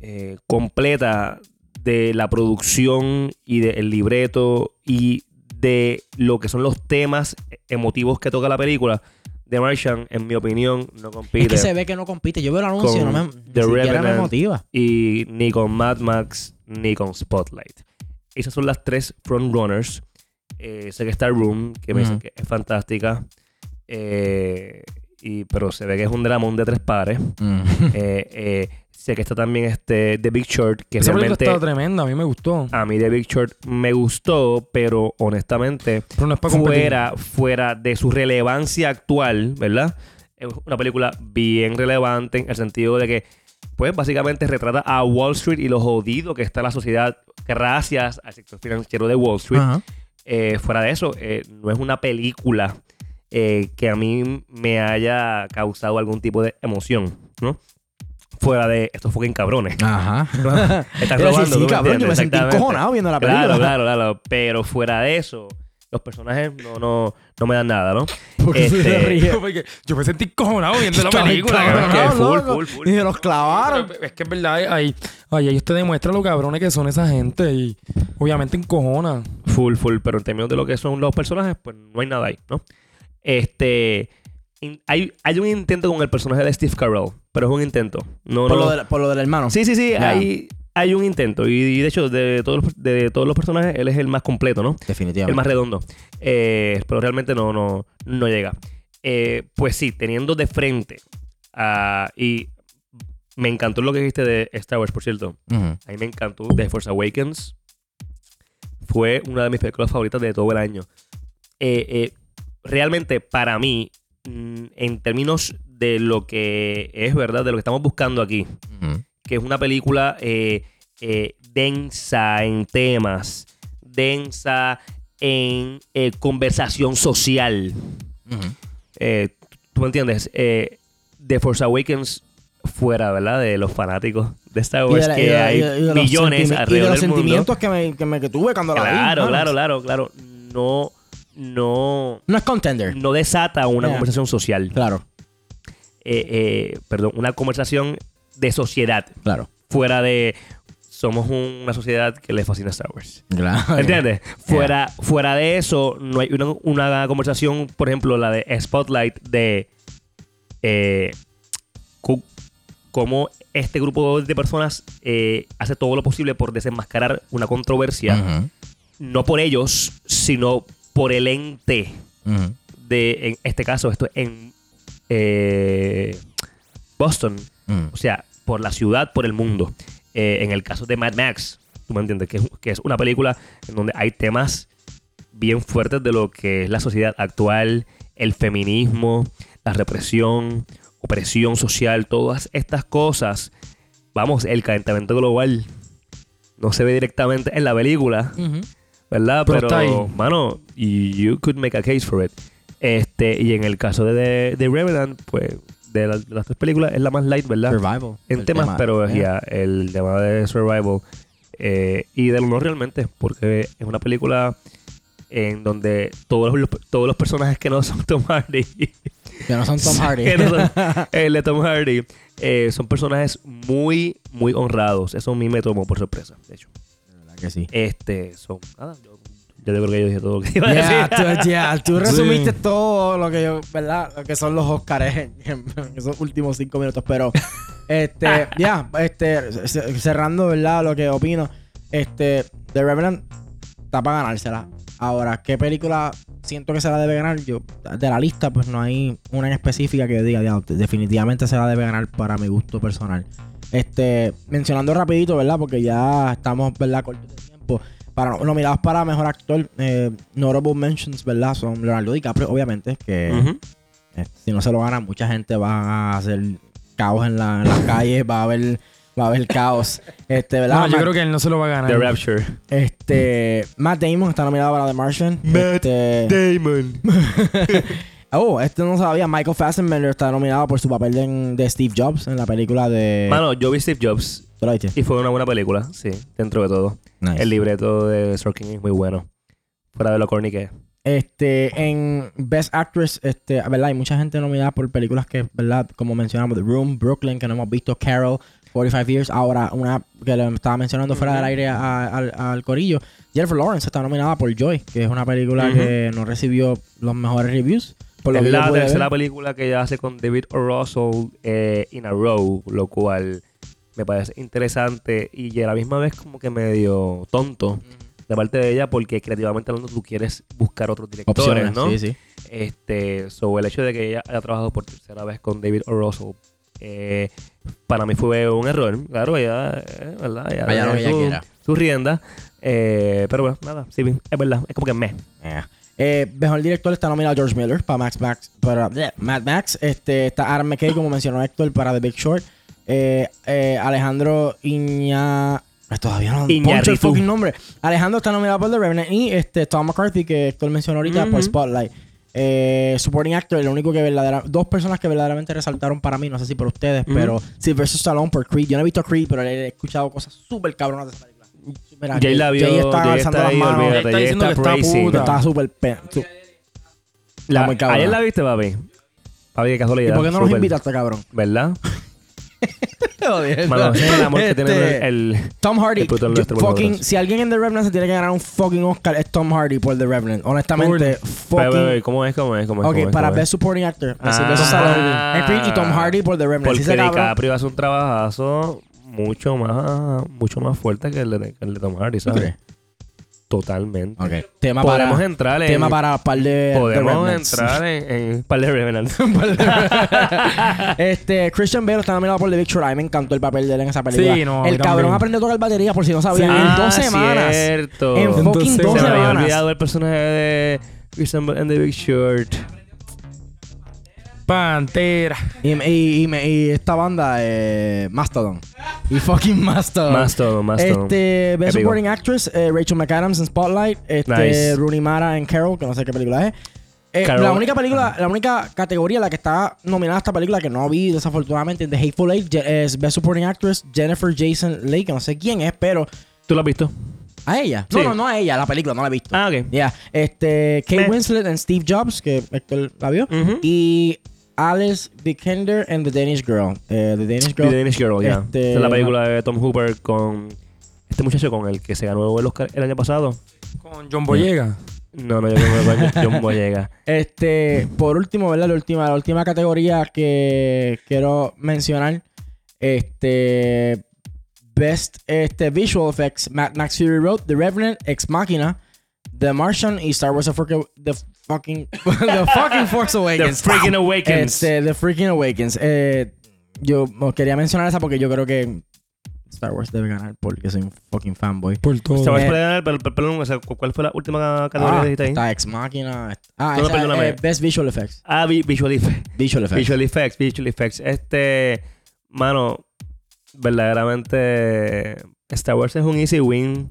Speaker 2: eh, completa de la producción y del libreto y de lo que son los temas emotivos que toca la película. The Martian, en mi opinión, no compite.
Speaker 1: es que se ve que no compite. Yo veo el anuncio,
Speaker 2: Con
Speaker 1: no me,
Speaker 2: The
Speaker 1: ni siquiera me
Speaker 2: Revenant.
Speaker 1: motiva.
Speaker 2: y ni con Mad Max ni con Spotlight. Esas son las tres frontrunners. Eh, sé que está Room, que me dicen
Speaker 1: Ujú.
Speaker 2: que es fantástica. Eh, y, pero se ve que es un dramón de tres pares.
Speaker 1: Mm.
Speaker 2: Eh, eh, sé que está también este The Big Short, que
Speaker 3: Esa película
Speaker 2: realmente
Speaker 3: está tremenda, a mí me gustó.
Speaker 2: a mí The Big Short me gustó, pero honestamente
Speaker 3: Pero no es para competir.
Speaker 2: fuera, fuera de su relevancia actual, ¿verdad? Es una película bien relevante en el sentido de que, pues, básicamente retrata a Wall Street y lo jodido que está la sociedad gracias al sector financiero de Wall Street.
Speaker 1: Ajá.
Speaker 2: Eh, fuera de eso, eh, no es una película eh, que a mí me haya causado algún tipo de emoción, ¿no? Fuera de estos fucking cabrones.
Speaker 1: Ajá.
Speaker 2: Estás
Speaker 1: Era así,
Speaker 2: robando,
Speaker 1: sí,
Speaker 2: ¿tú
Speaker 1: cabrón,
Speaker 2: me
Speaker 1: Ah. yo me
Speaker 2: entiendes?
Speaker 1: sentí
Speaker 2: Exactamente.
Speaker 1: encojonado viendo la película.
Speaker 2: Claro, claro, claro. Pero fuera de eso, los personajes no, no, no me dan nada, ¿no?
Speaker 1: ¿Por qué se
Speaker 2: Este,
Speaker 1: ríe?
Speaker 3: Porque yo me sentí cojonado viendo la
Speaker 2: Está bien,
Speaker 3: película.
Speaker 2: cabrón,
Speaker 3: cabrón.
Speaker 2: que
Speaker 1: Cabrón,
Speaker 2: full,
Speaker 1: loco.
Speaker 2: full, full.
Speaker 1: Y se los clavaron.
Speaker 3: Pero Es que es verdad, ahí, ahí ellos te demuestran lo cabrones que son esa gente y obviamente encojonan.
Speaker 2: Full, full. Pero en términos de lo que son los personajes, pues no hay nada ahí, ¿no? Este. in- Hay, hay un intento con el personaje de Steve Carell, pero es un intento. No,
Speaker 1: Por
Speaker 2: no-
Speaker 1: lo, del, por lo del hermano.
Speaker 2: Sí, sí, sí.
Speaker 1: Ya.
Speaker 2: Hay, hay un intento. Y, y de hecho, de todos, los- de todos los personajes, él es el más completo, ¿no? El más
Speaker 1: Definitivamente.
Speaker 2: redondo. Eh, pero realmente no, no, no llega. Eh, pues sí, teniendo de frente. a- y me encantó lo que dijiste de Star Wars, por cierto.
Speaker 1: Ujú.
Speaker 2: A mí me encantó The Force Awakens. Fue una de mis películas favoritas de todo el año. Eh, eh, realmente, para mí, mm, en términos de lo que es verdad, de lo que estamos buscando aquí,
Speaker 1: Ujú.
Speaker 2: que es una película eh, eh, densa en temas, densa en eh, conversación social.
Speaker 1: Ujú.
Speaker 2: Eh, ¿Tú me entiendes? Eh, The Force Awakens fuera, ¿verdad? De los fanáticos de Star
Speaker 1: Y
Speaker 2: Wars,
Speaker 1: de la- y
Speaker 2: que
Speaker 1: de-
Speaker 2: hay
Speaker 1: y de- y de los
Speaker 2: millones
Speaker 1: sentimi- Y de
Speaker 2: alrededor
Speaker 1: los
Speaker 2: del mundo.
Speaker 1: sentimientos que me, que me que tuve cuando la vi.
Speaker 2: Claro,
Speaker 1: mano.
Speaker 2: claro, claro, claro. No, no,
Speaker 1: No es contender.
Speaker 2: no desata una
Speaker 1: Yeah.
Speaker 2: conversación social.
Speaker 1: Claro,
Speaker 2: Eh, eh, perdón, una conversación de sociedad
Speaker 1: claro.
Speaker 2: fuera de somos un- una sociedad que le fascina Star Wars.
Speaker 1: Claro.
Speaker 2: ¿Entiendes? Fuera, fuera de eso, no hay una, una conversación, por ejemplo, la de Spotlight, de eh, cu- cómo este grupo de personas eh, hace todo lo posible por desenmascarar una controversia, no por ellos, sino por el ente
Speaker 1: Ujú, ujú.
Speaker 2: de, en este caso, esto en eh, Boston,
Speaker 1: Mm.
Speaker 2: o sea, por la ciudad, por el mundo. Eh, en el caso de Mad Max, tú me entiendes, que es, que es una película en donde hay temas bien fuertes de lo que es la sociedad actual, el feminismo, la represión, opresión social, todas estas cosas. Vamos, el calentamiento global no se ve directamente en la película,
Speaker 1: Ujú.
Speaker 2: ¿verdad?
Speaker 3: Pero
Speaker 2: Pero,
Speaker 3: está ahí.
Speaker 2: mano, you could make a case for it. Este, y en el caso de The, The Revenant, pues, de, la- de las tres películas, es la más light, ¿verdad?
Speaker 1: Survival.
Speaker 2: en
Speaker 1: El
Speaker 2: temas,
Speaker 1: tema. eh.
Speaker 2: pero
Speaker 1: Yeah.
Speaker 2: ya, el tema de Survival eh, y del honor realmente, porque es una película en donde todos los, todos los personajes que no son Tom Hardy,
Speaker 1: Que no son Tom Hardy.
Speaker 2: que no son el de Tom Hardy, eh, son personajes muy, muy honrados. Eso a mí me tomó por sorpresa, de hecho.
Speaker 1: De verdad que sí.
Speaker 2: Este, son, nada, yo- Yo creo que yo dije todo lo que iba a decir.
Speaker 1: Ya, tú, ya, tú
Speaker 3: Sí.
Speaker 1: resumiste todo lo que yo, ¿verdad? Lo que son los Oscars en, en esos últimos cinco minutos. Pero, este, ya, este, ce- cerrando, ¿verdad? Lo que opino. Este, The Revenant está para ganársela. Ahora, ¿qué película siento que se la debe ganar? Yo, de la lista, pues no hay una en específica que yo diga, "Diablo, definitivamente se la debe ganar para mi gusto personal. Este, mencionando rapidito, ¿verdad? Porque ya estamos, ¿verdad? Corto de tiempo. Para, nominados para mejor actor, eh, Notable Mentions, ¿verdad? Son Leonardo DiCaprio, obviamente, que
Speaker 2: Ujú.
Speaker 1: eh, si no se lo gana, mucha gente va a hacer caos en, la- en las calles, va a haber, va a haber caos. Este, ¿verdad?
Speaker 3: No, yo
Speaker 1: Matt-
Speaker 3: creo que él no se lo va a ganar.
Speaker 2: The Rapture.
Speaker 1: este, Matt Damon está nominado para The Martian.
Speaker 2: Matt
Speaker 1: Este-
Speaker 2: Damon.
Speaker 1: Oh, este no sabía. Michael Fassbender está nominado por su papel en- de Steve Jobs en la película de.
Speaker 2: Mano, yo vi Steve Jobs
Speaker 1: ¿Tú lo viste?
Speaker 2: y fue una buena película, sí, dentro de todo.
Speaker 1: Nice.
Speaker 2: El libreto de Sorkin es muy bueno. Fuera de lo corny que es.
Speaker 1: Este, en Best Actress, este, ¿verdad? Hay mucha gente nominada por películas que, ¿verdad? Como mencionamos, The Room, Brooklyn, que no hemos visto, Carol, 45 Years. Ahora, una que le estaba mencionando fuera del aire a- al, al corillo, Jennifer Lawrence está nominada por Joy, que es una película
Speaker 2: Ujú.
Speaker 1: que no recibió los mejores reviews. Por lo
Speaker 2: Es
Speaker 1: que yo
Speaker 2: la
Speaker 1: pude ver.
Speaker 2: tercera película que ella hace con David O. Russell eh, in a row, lo cual me parece interesante y a la misma vez como que medio tonto de parte de ella porque creativamente hablando tú quieres buscar otros directores,
Speaker 1: Opciones,
Speaker 2: ¿no?
Speaker 1: sí, sí.
Speaker 2: Este, so, el hecho de que ella haya trabajado por tercera vez con David O. Russell, eh, para mí fue un error. Claro, ella, eh, ¿verdad? Ella
Speaker 1: Vaya lo
Speaker 2: tiene
Speaker 1: que ella
Speaker 2: su,
Speaker 1: quiera.
Speaker 2: su rienda. eh, pero bueno, nada, sí, es verdad. Es como que me.
Speaker 1: Eh. Eh, mejor director está nominado George Miller para Max Max para bleh, Mad Max. Este está Aaron McKay, como mencionó Héctor, para The Big Short. Eh, eh, Alejandro Iña. eh, Todavía no
Speaker 2: Iñárritu.
Speaker 1: poncho el fucking nombre. Alejandro está nominado por The Revenant y este, Tom McCarthy, que Héctor mencionó ahorita, por
Speaker 2: Ujú.
Speaker 1: Spotlight. Eh, supporting actor, el único que verdadera, dos personas que verdaderamente resaltaron para mí, no sé si por ustedes,
Speaker 2: Ujú.
Speaker 1: pero Sylvester Stallone por Creed. Yo no he visto Creed, pero he escuchado cosas súper cabronas de esa película. Súper
Speaker 2: Jay la vio,
Speaker 1: Jay está
Speaker 2: Jay
Speaker 1: alzando
Speaker 2: está
Speaker 1: las
Speaker 2: ahí,
Speaker 1: manos.
Speaker 2: olvídate,
Speaker 3: Está
Speaker 2: Jay
Speaker 3: diciendo que está
Speaker 2: crazy.
Speaker 3: puta.
Speaker 1: Estaba súper. pe- su-
Speaker 2: La-
Speaker 1: muy cabrona.
Speaker 2: ayer la viste, papi. Papi, qué
Speaker 1: ¿Y
Speaker 2: casualidad.
Speaker 1: por qué no nos
Speaker 2: Súper.
Speaker 1: invitaste, cabrón?
Speaker 2: ¿Verdad? Mano, ese es el amor que tiene
Speaker 1: Este,
Speaker 2: el...
Speaker 1: Tom Hardy.
Speaker 2: El puto de
Speaker 1: yo-
Speaker 2: nuestro
Speaker 1: fucking,
Speaker 2: podcast.
Speaker 1: si alguien en The Revenant se tiene que ganar un fucking Oscar, es Tom Hardy por The Revenant. Honestamente,
Speaker 2: Pero, pero,
Speaker 1: fucking.
Speaker 2: ¿Cómo es? ¿Cómo es? ¿Cómo es?
Speaker 1: Ok,
Speaker 2: ¿Cómo es?
Speaker 1: para
Speaker 2: ¿Cómo es?
Speaker 1: Best Supporting Actor.
Speaker 2: Ah.
Speaker 1: Así que eso sale el print y Tom Hardy por The Revenant.
Speaker 2: Porque
Speaker 1: Ese cabrón.
Speaker 2: DiCaprio hace un trabajazo mucho más mucho más fuerte que el de, que el de Tom Hardy,
Speaker 1: ¿Tú
Speaker 2: ¿sabes?
Speaker 1: crees?
Speaker 2: Totalmente.
Speaker 1: Ok. Tema
Speaker 2: Podemos
Speaker 1: para.
Speaker 2: entrar en...
Speaker 1: Tema para par de. The
Speaker 2: podemos
Speaker 1: Revenants.
Speaker 2: entrar en, en un par de Revenants.
Speaker 1: este, Christian Bale está nominado por The Big Short. A mí me encantó el papel de él en esa película.
Speaker 3: Sí, no, a mí
Speaker 1: el cabrón
Speaker 3: también.
Speaker 1: aprendió a tocar batería por si no sabían.
Speaker 2: Ah,
Speaker 1: en dos semanas.
Speaker 2: cierto.
Speaker 1: En
Speaker 3: Entonces,
Speaker 1: fucking dos
Speaker 2: Se me había
Speaker 1: semanas.
Speaker 2: olvidado el personaje de Christian Bale and the Big Short.
Speaker 3: Pantera.
Speaker 1: Y, y- y me- y esta banda, eh, Mastodon. Y fucking Mastodon.
Speaker 2: Mastodon, Mastodon.
Speaker 1: Este, Best
Speaker 2: Épico.
Speaker 1: Supporting Actress, eh, Rachel McAdams en Spotlight. Este,
Speaker 2: Nice.
Speaker 1: Rooney Mara en Carol, que no sé qué película es. Eh,
Speaker 2: Carol.
Speaker 1: la única película, la única categoría en la que está nominada esta película que no vi desafortunadamente en The Hateful Eight je- es Best Supporting Actress Jennifer Jason Leigh, que no sé quién es, pero
Speaker 2: ¿Tú lo has visto?
Speaker 1: a ella.
Speaker 2: Sí.
Speaker 1: No, no, no a ella, la película, no la he visto.
Speaker 2: Ah, ok.
Speaker 1: Ya, este, Kate
Speaker 2: Meh.
Speaker 1: Winslet en Steve Jobs, que Héctor la vio.
Speaker 2: Ujú.
Speaker 1: Y Alice Vikander and The Danish Girl. Eh, the Danish
Speaker 2: The
Speaker 1: Girl.
Speaker 2: Danish Girl, ya.
Speaker 1: Este,
Speaker 2: Esta es la película de Tom Hooper con este muchacho con el que se ganó el Oscar el año pasado.
Speaker 3: Con John Boyega.
Speaker 2: No, no, yo creo que fue John Boyega.
Speaker 1: Este, por último, ¿verdad? La última, la última categoría que quiero mencionar. Este. Best este, Visual Effects, Mad Max Fury Road, The Revenant, Ex Machina, The Martian y Star Wars The Fucking, the fucking, the fucking Force
Speaker 2: The
Speaker 1: Awakens.
Speaker 2: Freaking Awakens.
Speaker 1: Este, The Freaking Awakens. Eh, yo os quería mencionar esa porque yo creo que Star Wars debe ganar porque soy un fucking fanboy.
Speaker 3: Por
Speaker 2: Se
Speaker 3: todo.
Speaker 2: va a
Speaker 1: eh,
Speaker 2: esperar, pero, pero, perdón, o sea, ¿cu- ¿cuál fue la última categoría
Speaker 1: Ah,
Speaker 2: que dijiste ahí?
Speaker 1: está Ex Machina. Ah,
Speaker 2: No,
Speaker 1: esa,
Speaker 2: perdóname.
Speaker 1: eh, Best Visual Effects.
Speaker 2: Ah, vi- Visual Effects.
Speaker 1: Visual Effects.
Speaker 2: Visual Effects, Visual Effects. Este, mano, verdaderamente Star Wars es un easy win.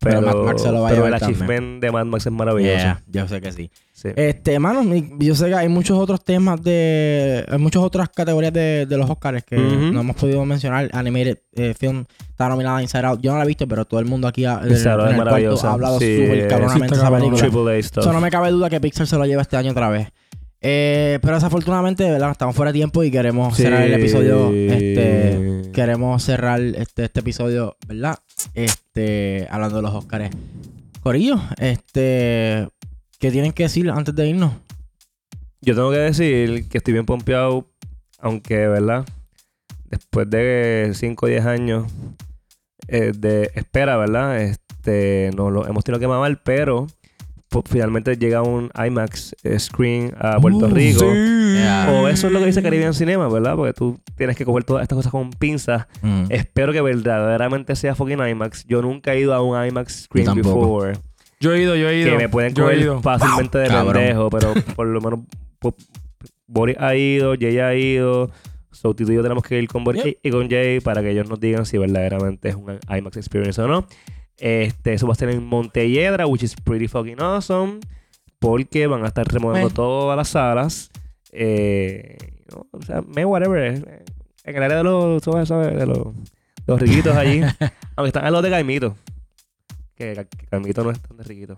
Speaker 1: Pero
Speaker 2: Pero,
Speaker 1: Mad Max se lo va a
Speaker 2: pero el
Speaker 1: llevar también.
Speaker 2: achievement de Mad Max es maravilloso.
Speaker 1: Yeah, yo sé que sí.
Speaker 2: Sí.
Speaker 1: Este, mano, mi- yo sé que hay muchos otros temas de. Hay muchas otras categorías de, de los Oscars que
Speaker 2: Ujú.
Speaker 1: no hemos podido mencionar. Animated eh, Film está nominada a Inside Out. Yo no la he visto, pero todo el mundo aquí ha, en el-
Speaker 2: Inside Out
Speaker 1: Eh, en
Speaker 2: es
Speaker 1: el cuarto
Speaker 2: maravillosa.
Speaker 1: ha hablado
Speaker 2: Sí, eh,
Speaker 1: súper cabronamente
Speaker 3: sí
Speaker 1: de
Speaker 3: está
Speaker 1: esa
Speaker 3: cabrón.
Speaker 1: película.
Speaker 2: Triple A stuff.
Speaker 1: So, no me cabe duda que Pixar se lo lleva este año otra vez. Eh, pero desafortunadamente, ¿verdad? Estamos fuera de tiempo y queremos cerrar el
Speaker 2: Sí.
Speaker 1: episodio. Este, queremos cerrar este, este episodio, ¿verdad? Este, hablando de los Oscars. Corillo, este. ¿Qué tienen que decir antes de irnos?
Speaker 2: Yo tengo que decir que estoy bien pompeado, aunque, de ¿verdad? Después de 5 o 10 años eh, de espera, ¿verdad? Este, nos lo hemos tenido que mamar, pero po- finalmente llega un IMAX eh, screen a Puerto
Speaker 3: Uh,
Speaker 2: Rico.
Speaker 3: sí.
Speaker 1: Yeah.
Speaker 2: O eso es lo que dice Caribbean Cinema, ¿verdad? Porque tú tienes que coger todas estas cosas con pinzas.
Speaker 1: Mm.
Speaker 2: Espero que verdaderamente sea fucking IMAX. Yo nunca he ido a un IMAX
Speaker 1: Yo
Speaker 2: screen
Speaker 1: tampoco.
Speaker 2: before.
Speaker 3: Yo he ido, yo he ido.
Speaker 2: Que me pueden
Speaker 3: yo he
Speaker 2: coger
Speaker 3: ido.
Speaker 2: fácilmente de
Speaker 1: Cabrón.
Speaker 2: pendejo, pero por lo menos po- Boris ha ido, Jay ha ido. So, Tito y yo tenemos que ir con Boris y con Jay para que ellos nos digan si verdaderamente es un IMAX experience o no. Este, eso va a ser en Montelledra, which is pretty fucking awesome. Porque van a estar remodelando
Speaker 1: Meh.
Speaker 2: todas las salas. Eh, no, o sea, me whatever. eh, En el área de los, ¿sabes? ¿sabes? De los, los riquitos allí. Aunque están al lado de Caimito. Que, Ca- que Caimito no es tan de riquito.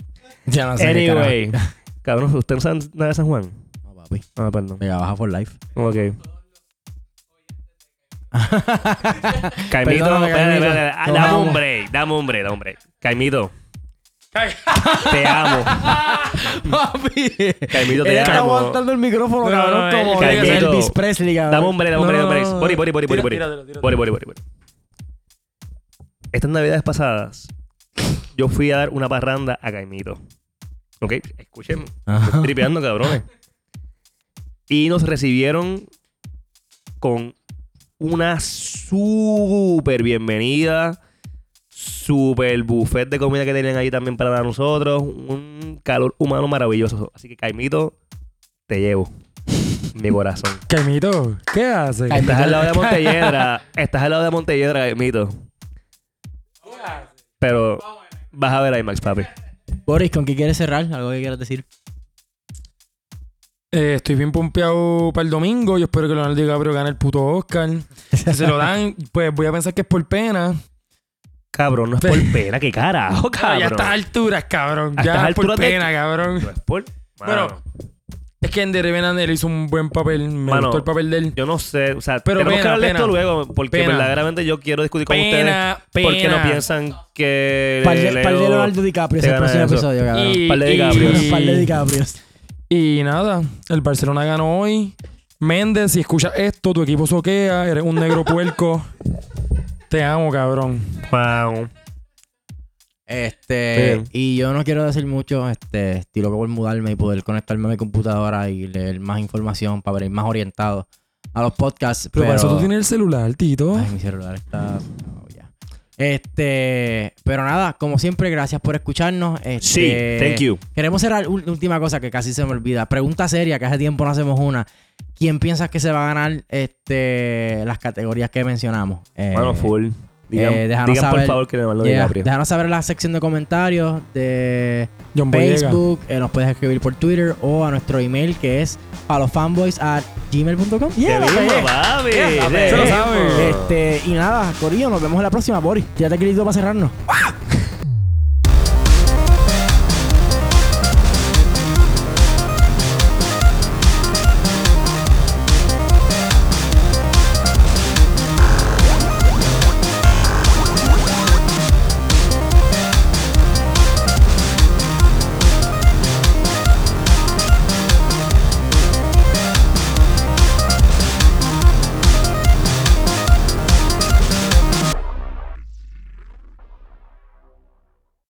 Speaker 1: Ya no sé qué carajo.
Speaker 2: Anyway, cabrón, ¿usted no sabe nada de San Juan?
Speaker 1: No, papi.
Speaker 2: Ah, perdón.
Speaker 1: Mega baja for life.
Speaker 2: Ok. Caimito,
Speaker 3: Perdóname,
Speaker 2: espérate,
Speaker 3: Caimito.
Speaker 2: espérate, ah,
Speaker 3: Nos
Speaker 2: dame
Speaker 3: vamos.
Speaker 2: un break, dame un break, dame un break. Caimito. Te amo.
Speaker 1: Papi.
Speaker 2: Caimito, te
Speaker 1: Él está
Speaker 2: amo.
Speaker 1: aguantando el micrófono,
Speaker 3: No,
Speaker 1: cabrón,
Speaker 3: no,
Speaker 1: como
Speaker 2: él-
Speaker 1: Elvis
Speaker 2: eh, Caimito.
Speaker 1: Presley, cabrón.
Speaker 2: Dame un break, dame un break, dame un break. Bori, bori, bori, bori,
Speaker 3: Tira-
Speaker 2: bori.
Speaker 3: tíratelo, tíratelo.
Speaker 2: Bori, bori, bori, bori. Estas navidades pasadas, yo fui a dar una parranda a Caimito. Ok, escuchen,
Speaker 1: Ajá.
Speaker 2: tripeando, cabrones. Y nos recibieron con una súper bienvenida, súper buffet de comida que tenían allí también para nosotros, un calor humano maravilloso. Así que, Caimito, te llevo. Mi corazón.
Speaker 3: Caimito, ¿qué haces?
Speaker 1: Caimito.
Speaker 2: Estás al lado de Montelledra. Estás al lado de Montelledra, Caimito. Pero vas a ver IMAX, papi.
Speaker 1: Boris, ¿con qué quieres cerrar? ¿Algo que quieras decir?
Speaker 3: Eh, estoy bien pompeado para el domingo. Yo espero que Leonardo DiCaprio gane el puto Oscar. Si se lo dan, pues voy a pensar que es por pena.
Speaker 2: Cabrón, no es por pena. ¿Qué carajo,
Speaker 3: Ah,
Speaker 2: cabrón?
Speaker 3: ya a estas alturas, cabrón.
Speaker 2: A
Speaker 3: Ya
Speaker 2: estas
Speaker 3: es por
Speaker 2: alturas de-
Speaker 3: pena, cabrón.
Speaker 2: No es por...
Speaker 3: Bueno,
Speaker 2: Mano.
Speaker 3: Es que en The Revenant él hizo un buen papel. Me
Speaker 2: Mano,
Speaker 3: gustó el papel de él.
Speaker 2: Yo no sé, o sea,
Speaker 3: Pero
Speaker 2: tenemos que
Speaker 3: pena,
Speaker 2: hablar de esto
Speaker 3: pena.
Speaker 2: luego, porque
Speaker 3: Pena.
Speaker 2: verdaderamente yo quiero discutir con
Speaker 3: Pena,
Speaker 2: ustedes por qué
Speaker 3: pena.
Speaker 2: no piensan que
Speaker 1: Pal de
Speaker 2: Leo-
Speaker 1: pal de Leonardo DiCaprio,
Speaker 2: te
Speaker 1: ese es el próximo
Speaker 2: gana eso.
Speaker 1: episodio, cabrón.
Speaker 3: Y-
Speaker 2: par de
Speaker 3: y-
Speaker 2: DiCaprio.
Speaker 1: Unos par de DiCaprios.
Speaker 3: Y nada, el Barcelona ganó hoy. Méndez, si escuchas esto, tu equipo soquea, eres un negro puerco. Te amo, cabrón.
Speaker 2: Wow.
Speaker 1: Eh, Este,
Speaker 2: Bien.
Speaker 1: y yo no quiero decir mucho, este, estoy loco por mudarme y poder conectarme a mi computadora y leer más información para venir más orientado a los podcasts.
Speaker 3: Pero,
Speaker 1: Pero,
Speaker 3: para eso tú tienes el celular, Tito.
Speaker 1: Ay, mi celular está. oh, ya. Este, pero nada, como siempre, gracias por escucharnos. Este,
Speaker 2: Sí, thank you.
Speaker 1: Queremos cerrar una última cosa que casi se me olvida. Pregunta seria, que hace tiempo no hacemos una. ¿Quién piensas que se va a ganar este, las categorías que mencionamos? Eh,
Speaker 2: Mano, full. Digan,
Speaker 1: eh, déjanos
Speaker 2: digan por
Speaker 1: saber.
Speaker 2: favor que le mando
Speaker 1: yeah,
Speaker 2: DiCaprio.
Speaker 1: Déjanos saber en la sección de comentarios de
Speaker 3: John Boyega.
Speaker 1: Facebook. eh, nos puedes escribir por Twitter o a nuestro email que es palofanboys at gmail.com.
Speaker 2: Te mismo, papi.
Speaker 1: Yeah,
Speaker 2: te
Speaker 1: se lo
Speaker 2: mismo.
Speaker 3: sabe.
Speaker 1: Este, y nada, Corillo, nos vemos en la próxima, Boris. Ya te querido para cerrarnos.